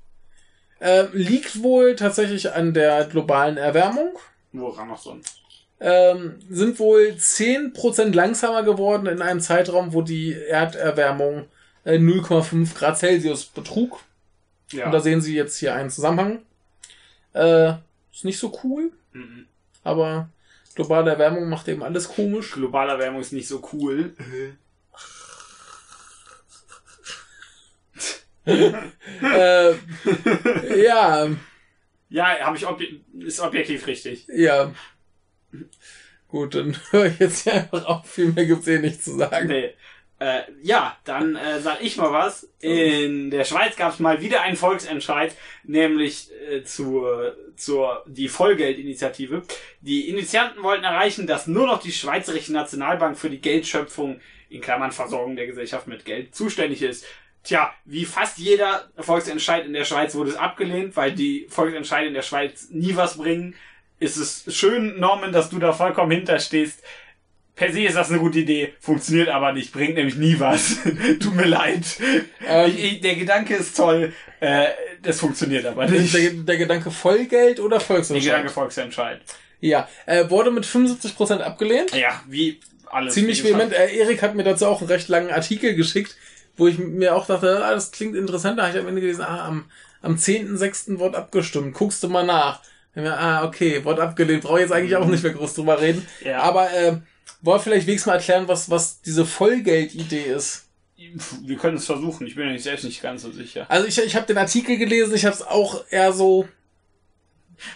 Ähm, liegt wohl tatsächlich an der globalen Erwärmung.
Woran noch sonst?
Ähm, sind wohl 10% langsamer geworden in einem Zeitraum, wo die Erderwärmung äh, 0,5 Grad Celsius betrug.
Ja.
Und da sehen Sie jetzt hier einen Zusammenhang. Äh, ist nicht so cool,
Mhm.
aber globale Erwärmung macht eben alles
<laughs>
komisch.
Globale Erwärmung ist nicht so cool.
äh, ja,
Ja, habe ich obje ist objektiv richtig.
ja. Gut, dann <laughs> höre ich jetzt hier einfach auf. Viel mehr gibt's eh nicht zu sagen.
Nee. Äh, ja, dann äh, sag ich mal was. In der Schweiz gab es mal wieder einen Volksentscheid, nämlich äh, zur, zur die Vollgeldinitiative. Die Initianten wollten erreichen, dass nur noch die Schweizerische Nationalbank für die Geldschöpfung, in Klammern Versorgung der Gesellschaft mit Geld, zuständig ist. Tja, wie fast jeder Volksentscheid in der Schweiz wurde es abgelehnt, weil die Volksentscheide in der Schweiz nie was bringen. Es ist schön, Norman, dass du da vollkommen hinterstehst. Per se ist das eine gute Idee, funktioniert aber nicht, bringt nämlich nie was. <laughs> Tut mir leid.
Ähm.
ich, ich, der Gedanke ist toll, äh, das funktioniert aber nicht.
Der, der Gedanke Vollgeld oder
Der Gedanke
Volksentscheid?
Volksentscheid.
Ja, äh, wurde mit 75% abgelehnt.
Ja, wie alles.
Ziemlich
wie gesagt.
vehement. Äh, Erik hat mir dazu auch einen recht langen Artikel geschickt, wo ich mir auch dachte, ah, das klingt interessant. Da habe ich am Ende gelesen, ah, am, am 10.06. wurde abgestimmt. Guckst du mal nach. Und mir, ah, okay, wurde abgelehnt. Brauche ich jetzt eigentlich auch nicht mehr groß drüber reden.
Ja.
Aber äh, wollen wir vielleicht wenigstens mal erklären, was, was diese Vollgeld-Idee ist.
Pff, Wir können es versuchen, ich bin mir nicht- selbst nicht ganz so sicher.
Also ich, ich habe den Artikel gelesen, ich habe es auch eher so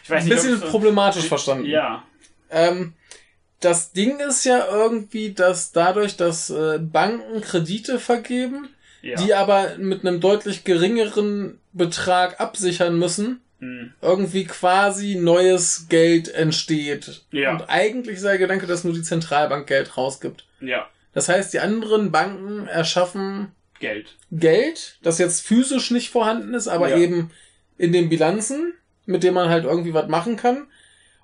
Ich weiß
ein
nicht, ob
bisschen
es so-
problematisch verstanden.
Ja.
Ähm, das Ding ist ja irgendwie, dass dadurch, dass äh, Banken Kredite vergeben,
ja.
die aber mit einem deutlich geringeren Betrag absichern müssen,
Hm.
irgendwie quasi neues Geld entsteht.
Ja.
Und eigentlich ist der Gedanke, dass nur die Zentralbank Geld rausgibt.
ja.
Das heißt, die anderen Banken erschaffen
Geld.
Geld, das jetzt physisch nicht vorhanden ist, aber
Ja.
eben in den Bilanzen, mit dem man halt irgendwie was machen kann.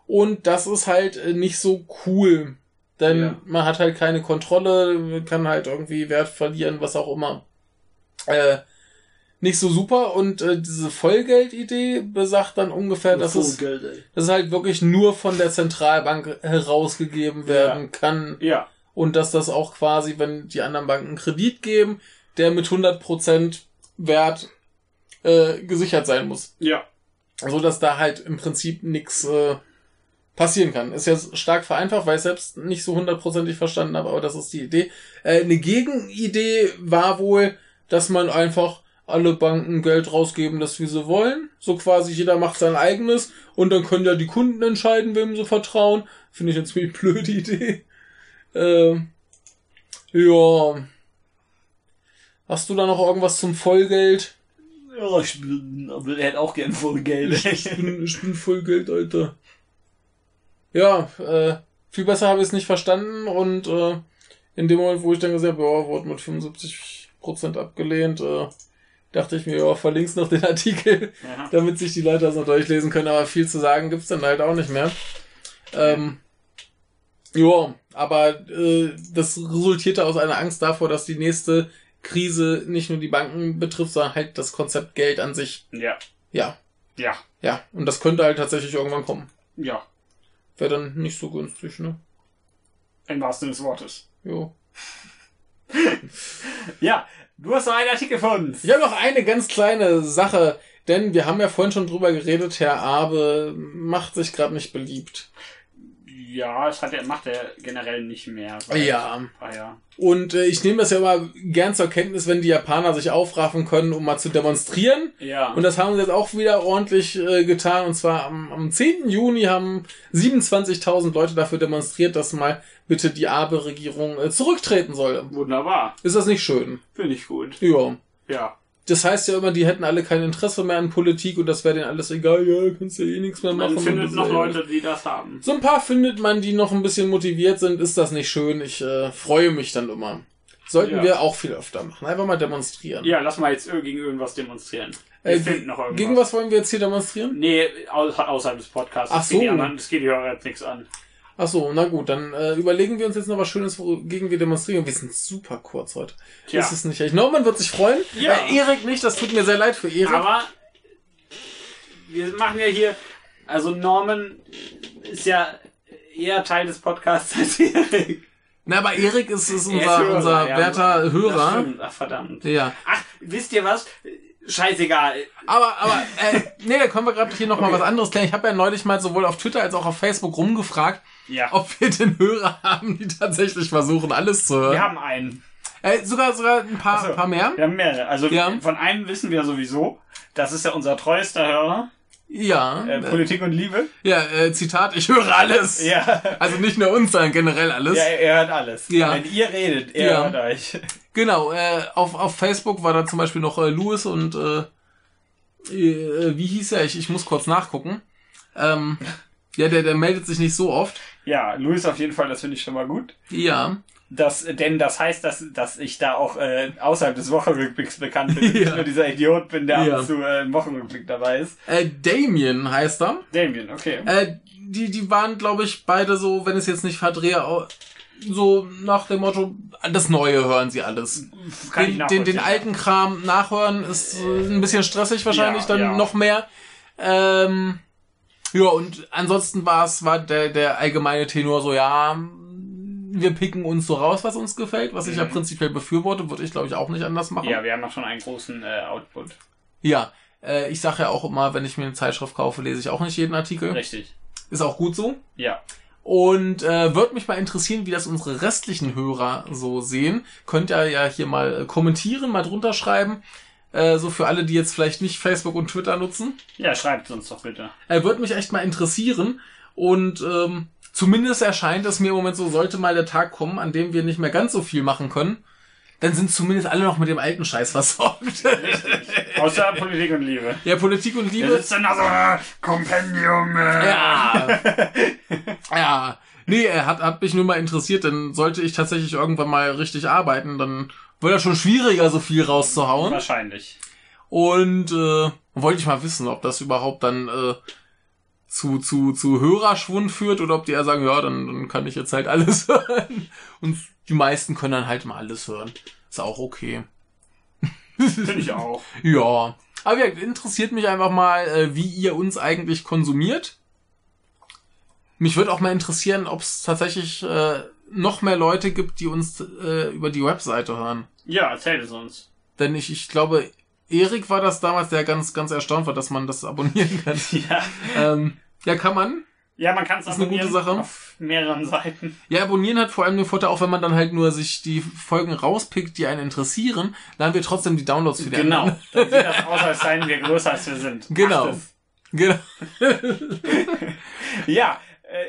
Und das ist halt äh, nicht so cool. Denn
Ja.
man hat halt keine Kontrolle, kann halt irgendwie Wert verlieren, was auch immer. Äh, nicht so super. Und äh, diese Vollgeld-Idee besagt dann ungefähr, dass es,
Geld.
dass es halt wirklich nur von der Zentralbank herausgegeben werden kann.
Ja.
Und dass das auch quasi, wenn die anderen Banken einen Kredit geben, der mit 100% Wert äh, gesichert sein muss.
Ja.
So dass da halt im Prinzip nichts äh, passieren kann. Ist jetzt stark vereinfacht, weil ich selbst nicht so hundertprozentig verstanden habe, aber das ist die Idee. Äh, eine Gegenidee war wohl, dass man einfach alle Banken Geld rausgeben, das wie sie wollen. So quasi jeder macht sein eigenes und dann können ja die Kunden entscheiden, wem sie vertrauen. Finde ich eine <laughs> ziemlich blöde Idee. Äh, ja. Hast du da noch irgendwas zum Vollgeld?
ja ich bin, hätte auch gern voll <laughs> Geld.
Ich bin, ich bin voll Geld, Alter. Ja, äh, viel besser habe ich es nicht verstanden und äh, in dem Moment, wo ich dann gesagt habe, ja, wurde mit 75% abgelehnt, äh, dachte ich mir, ja, verlinkst noch den Artikel, <laughs>
ja.
damit sich die Leute das noch durchlesen können, aber viel zu sagen gibt's dann halt auch nicht mehr. Ähm, ja, aber äh, das resultierte aus einer Angst davor, dass die nächste Krise nicht nur die Banken betrifft, sondern halt das Konzept Geld an sich.
ja.
Ja,
Ja.
ja, und das könnte halt tatsächlich irgendwann kommen.
Ja.
Wäre dann nicht so günstig, ne?
Im wahrsten Sinne des Wortes.
Jo.
Ja. Du hast noch einen Artikel von uns.
Ich habe noch eine ganz kleine Sache, denn wir haben ja vorhin schon drüber geredet, Herr Abe macht sich gerade nicht beliebt.
Ja, das hat er, macht er generell nicht mehr. weil-
Ja.
Ah, ja.
Und äh, ich nehme das ja immer gern zur Kenntnis, wenn die Japaner sich aufraffen können, um mal zu demonstrieren.
Ja.
Und das haben sie jetzt auch wieder ordentlich äh, getan. Und zwar am, am 10. Juni haben 27.000 Leute dafür demonstriert, dass mal bitte die Abe-Regierung äh, zurücktreten soll.
Wunderbar.
Ist das nicht schön?
Finde ich gut.
Ja.
Ja.
Das heißt ja immer, die hätten alle kein Interesse mehr an Politik und das wäre denen alles egal. Ja, kannst ja eh nichts mehr machen.
Man findet
Und
noch
so.
Leute, die das haben.
So ein paar findet man, die noch ein bisschen motiviert sind. Ist das nicht schön? Ich äh, freue mich dann immer. Sollten
Ja.
wir auch viel öfter machen. Einfach mal demonstrieren.
Ja, lass mal jetzt ir- gegen irgendwas demonstrieren. Wir
Äh,
finden noch irgendwas.
Gegen was wollen wir jetzt hier demonstrieren?
Nee, au- außerhalb des Podcasts.
Ach
Das geht
so.
die anderen- Das geht die Hörer jetzt nichts an.
Ach so, na gut, dann äh, überlegen wir uns jetzt noch was Schönes, wogegen wir demonstrieren. Wir sind super kurz heute.
Tja.
Ist es nicht echt? Norman wird sich freuen.
Ja.
Äh, Erik nicht, das tut mir sehr leid für Erik.
Aber wir machen ja hier. Also Norman ist ja eher Teil des Podcasts als Erik.
na, aber Erik ist, ist
Er ist
unser,
Hörer,
unser
ja.
werter
Das
Hörer.
stimmt. Ach, verdammt.
Ja.
Ach, wisst ihr was? Scheißegal.
Aber, aber, äh, nee, da können wir gerade hier nochmal mal was anderes klären. Ich habe ja neulich mal sowohl auf Twitter als auch auf Facebook rumgefragt,
Ja.
ob wir den Hörer haben, die tatsächlich versuchen, alles zu hören.
Wir haben einen.
Äh, sogar, sogar ein paar,
Ach so.
paar mehr.
Wir haben mehrere. Also
Ja.
von einem wissen wir sowieso. Das ist ja unser treuester Hörer.
Ja.
Äh,
Äh,
Politik und Liebe.
ja, äh, Zitat, ich höre alles.
Ja.
Also nicht nur uns, sondern generell alles.
Ja, er hört alles.
Ja.
Wenn ihr redet, er
Ja.
hört euch.
Genau, äh, auf, auf Facebook war da zum Beispiel noch äh, Louis und äh, äh, wie hieß er? Ich, ich muss kurz nachgucken. Ähm, ja, der, der meldet sich nicht so oft.
Ja, Luis auf jeden Fall, das finde ich schon mal gut.
Ja.
Das, denn das heißt, dass, dass ich da auch äh, außerhalb des Wochenrückblicks bekannt bin. und
Ja.
Nicht nur dieser Idiot bin, der
Ja.
ab und zu äh, im Wochenrückblick dabei ist.
Äh, Damien heißt er.
Damien, okay.
Äh, die, die waren, glaube ich, beide so, wenn ich es jetzt nicht verdrehe, au- so nach dem Motto, das Neue hören sie alles.
Kann ich
den, den,
nachvollziehen,
den
ja.
alten Kram nachhören ist äh, ein bisschen stressig wahrscheinlich,
Ja,
dann
ja.
noch mehr. Ähm, ja, und ansonsten war es, war der, der allgemeine Tenor so, ja, wir picken uns so raus, was uns gefällt, was ich ja
Mhm.
prinzipiell befürworte, würde ich glaube ich auch nicht anders machen.
Ja, wir haben noch schon einen großen äh, Output.
Ja, äh, ich sage ja auch immer, wenn ich mir eine Zeitschrift kaufe, lese ich auch nicht jeden Artikel.
Richtig.
Ist auch gut so.
Ja.
Und äh, würde mich mal interessieren, wie das unsere restlichen Hörer so sehen. Könnt ihr ja hier mal äh, kommentieren, mal drunter schreiben. Äh, so für alle, die jetzt vielleicht nicht Facebook und Twitter nutzen.
Ja, schreibt uns doch bitte.
Äh, würde mich echt mal interessieren. Und ähm, zumindest erscheint es mir im Moment so, sollte mal der Tag kommen, an dem wir nicht mehr ganz so viel machen können. Dann sind zumindest alle noch mit dem alten Scheiß versorgt. <laughs>
Richtig. Außer Politik und Liebe.
ja, Politik und
Der
Liebe.
sitzt dann da so, äh, Kompendium. Äh.
Ja. <laughs> ja. Nee, er hat, hat mich nur mal interessiert, denn sollte ich tatsächlich irgendwann mal richtig arbeiten, dann wird das schon schwieriger, so viel rauszuhauen.
Wahrscheinlich.
Und äh, wollte ich mal wissen, ob das überhaupt dann äh, zu, zu, zu Hörerschwund führt oder ob die eher sagen, ja, dann, dann kann ich jetzt halt alles <laughs> hören. Und die meisten können dann halt mal alles hören. Ist auch okay.
Finde ich auch.
Ja. Aber ja, interessiert mich einfach mal, äh, wie ihr uns eigentlich konsumiert. Mich würde auch mal interessieren, ob es tatsächlich äh, noch mehr Leute gibt, die uns äh, über die Webseite hören.
Ja, erzähl es uns.
Denn ich, ich glaube, Erik war das damals, der ganz, ganz erstaunt war, dass man das abonnieren kann.
Ja,
ähm, ja, kann man.
ja man kann es
Ist eine gute Sache.
auf mehreren Seiten.
Ja, abonnieren hat vor allem den Vorteil, auch wenn man dann halt nur sich die Folgen rauspickt, die einen interessieren, dann haben wir trotzdem die Downloads für die
Genau.
anderen.
Dann sieht das aus, als seien wir größer, als wir sind.
Genau.
Macht es.
Genau.
Ja, äh,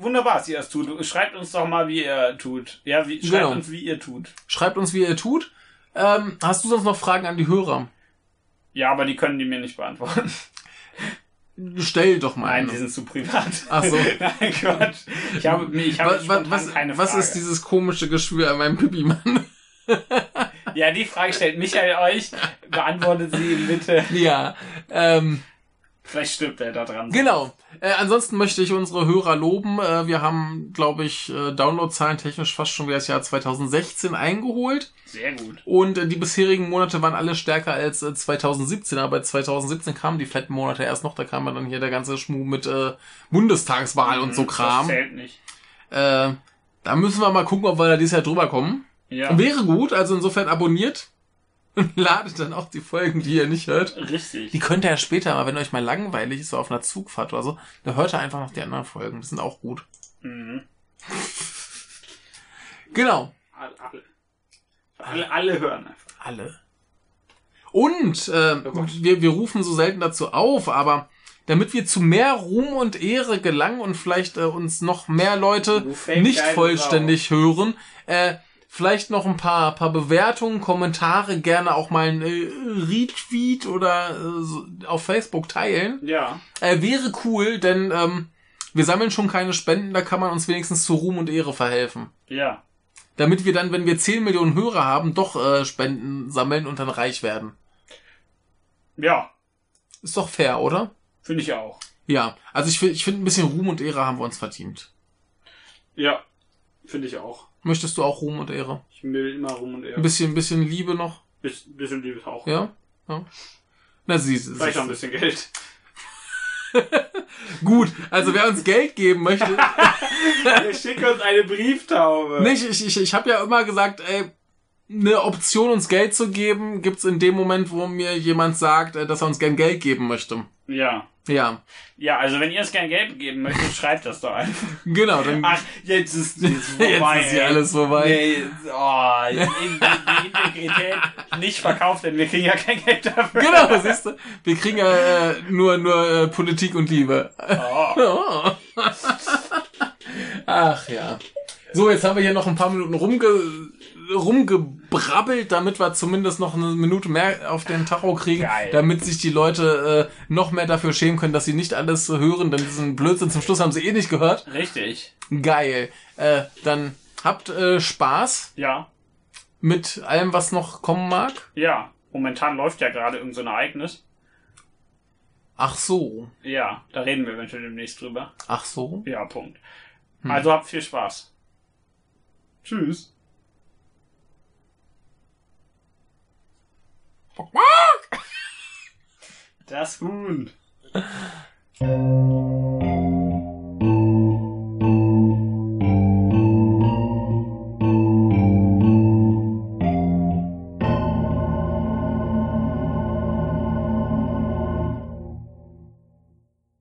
wunderbar, dass ihr das tut. Schreibt uns doch mal, wie ihr tut. Ja, wie, schreibt
Genau.
uns, wie ihr tut.
Schreibt uns, wie ihr tut. Ähm, hast du sonst noch Fragen an die Hörer?
Ja, aber die können die mir nicht
<laughs>
beantworten.
Stell doch mal
Nein, die
eine.
sind zu privat.
Also. Ach so.
<laughs> Nein, Quatsch. Ich habe, ich habe
Wa- wa-
spontan
was,
keine Frage.
was ist dieses komische Geschwür an meinem Pipi-Mann? <laughs>
Ja, die Frage stellt Michael euch. Beantwortet sie ihm bitte.
ja, ähm,
Vielleicht stirbt er da dran.
genau. Äh, ansonsten möchte ich unsere Hörer loben. Äh, wir haben, glaube ich, äh, Downloadzahlen technisch fast schon wieder das Jahr 2016 eingeholt.
Sehr gut.
Und äh, die bisherigen Monate waren alle stärker als äh, 2017. Aber 2017 kamen die fetten Monate erst noch. Da kam ja dann hier der ganze Schmuh mit äh, Bundestagswahl und so
Mhm, Das
Kram.
zählt nicht.
Äh, da müssen wir mal gucken, ob wir da dieses Jahr drüber kommen.
Ja,
Wäre gut, also insofern abonniert und <laughs> ladet dann auch die Folgen, die ihr nicht hört. Die
richtig.
könnt ihr ja später mal, wenn euch mal langweilig ist, so auf einer Zugfahrt oder so, dann hört ihr einfach noch die anderen Folgen. Die sind auch gut.
Mhm.
Genau.
Alle, alle. alle. Alle hören einfach.
Alle. Und äh,
Oh Gott.
wir, wir rufen so selten dazu auf, aber damit wir zu mehr Ruhm und Ehre gelangen und vielleicht äh, uns noch mehr Leute
Du fällst
nicht
keine
vollständig hören, äh, vielleicht noch ein paar, paar Bewertungen, Kommentare, gerne auch mal ein äh, Retweet oder äh, so auf Facebook teilen.
Ja.
Äh, wäre cool, denn ähm, wir sammeln schon keine Spenden, da kann man uns wenigstens zu Ruhm und Ehre verhelfen.
Ja.
Damit wir dann, wenn wir 10 Millionen Hörer haben, doch äh, Spenden sammeln und dann reich werden.
Ja.
Ist doch fair, oder?
Finde ich auch.
Ja, also ich, fi- ich finde, ein bisschen Ruhm und Ehre haben wir uns verdient.
Ja. Finde ich auch.
Möchtest du auch Ruhm und Ehre?
Ich will immer rum und eher.
Ein bisschen, ein bisschen Liebe noch,
Bis, bisschen Liebe auch.
ja? ja. Na, sie sie-
Vielleicht noch ein
sie-
bisschen
<laughs>
Geld.
Gut, also wer uns Geld
<laughs>
geben möchte.
Wir schicken uns eine Brieftaube.
nicht, ich, ich, ich habe ja immer gesagt, ey, eine Option, uns Geld zu geben, gibt's in dem Moment, wo mir jemand sagt, äh, dass er uns gern Geld geben möchte.
Ja.
Ja,
Ja, also wenn ihr es gern Geld geben möchtet, schreibt das doch einfach.
genau. Dann
Ach, jetzt ist jetzt vorbei.
<laughs> jetzt ist ja
ey.
alles vorbei.
Nee, oh, in- die Integrität nicht verkauft, denn wir kriegen ja kein Geld dafür.
Genau, siehst du? Wir kriegen ja äh, nur, nur äh, Politik und Liebe.
Oh.
Oh. <laughs> Ach ja. So, jetzt haben wir hier noch ein paar Minuten rumge rumgebrabbelt, damit wir zumindest noch eine Minute mehr auf den Tacho kriegen,
Geil.
damit sich die Leute äh, noch mehr dafür schämen können, dass sie nicht alles hören, denn diesen Blödsinn zum Schluss haben sie eh nicht gehört.
Richtig.
Geil. Äh, dann habt äh, Spaß
Ja,
mit allem, was noch kommen mag.
ja. Momentan läuft ja gerade irgendein so ein Ereignis.
Ach so.
Ja, da reden wir eventuell demnächst drüber.
Ach so.
Ja, Punkt. Also habt viel Spaß. Tschüss. Das Huhn.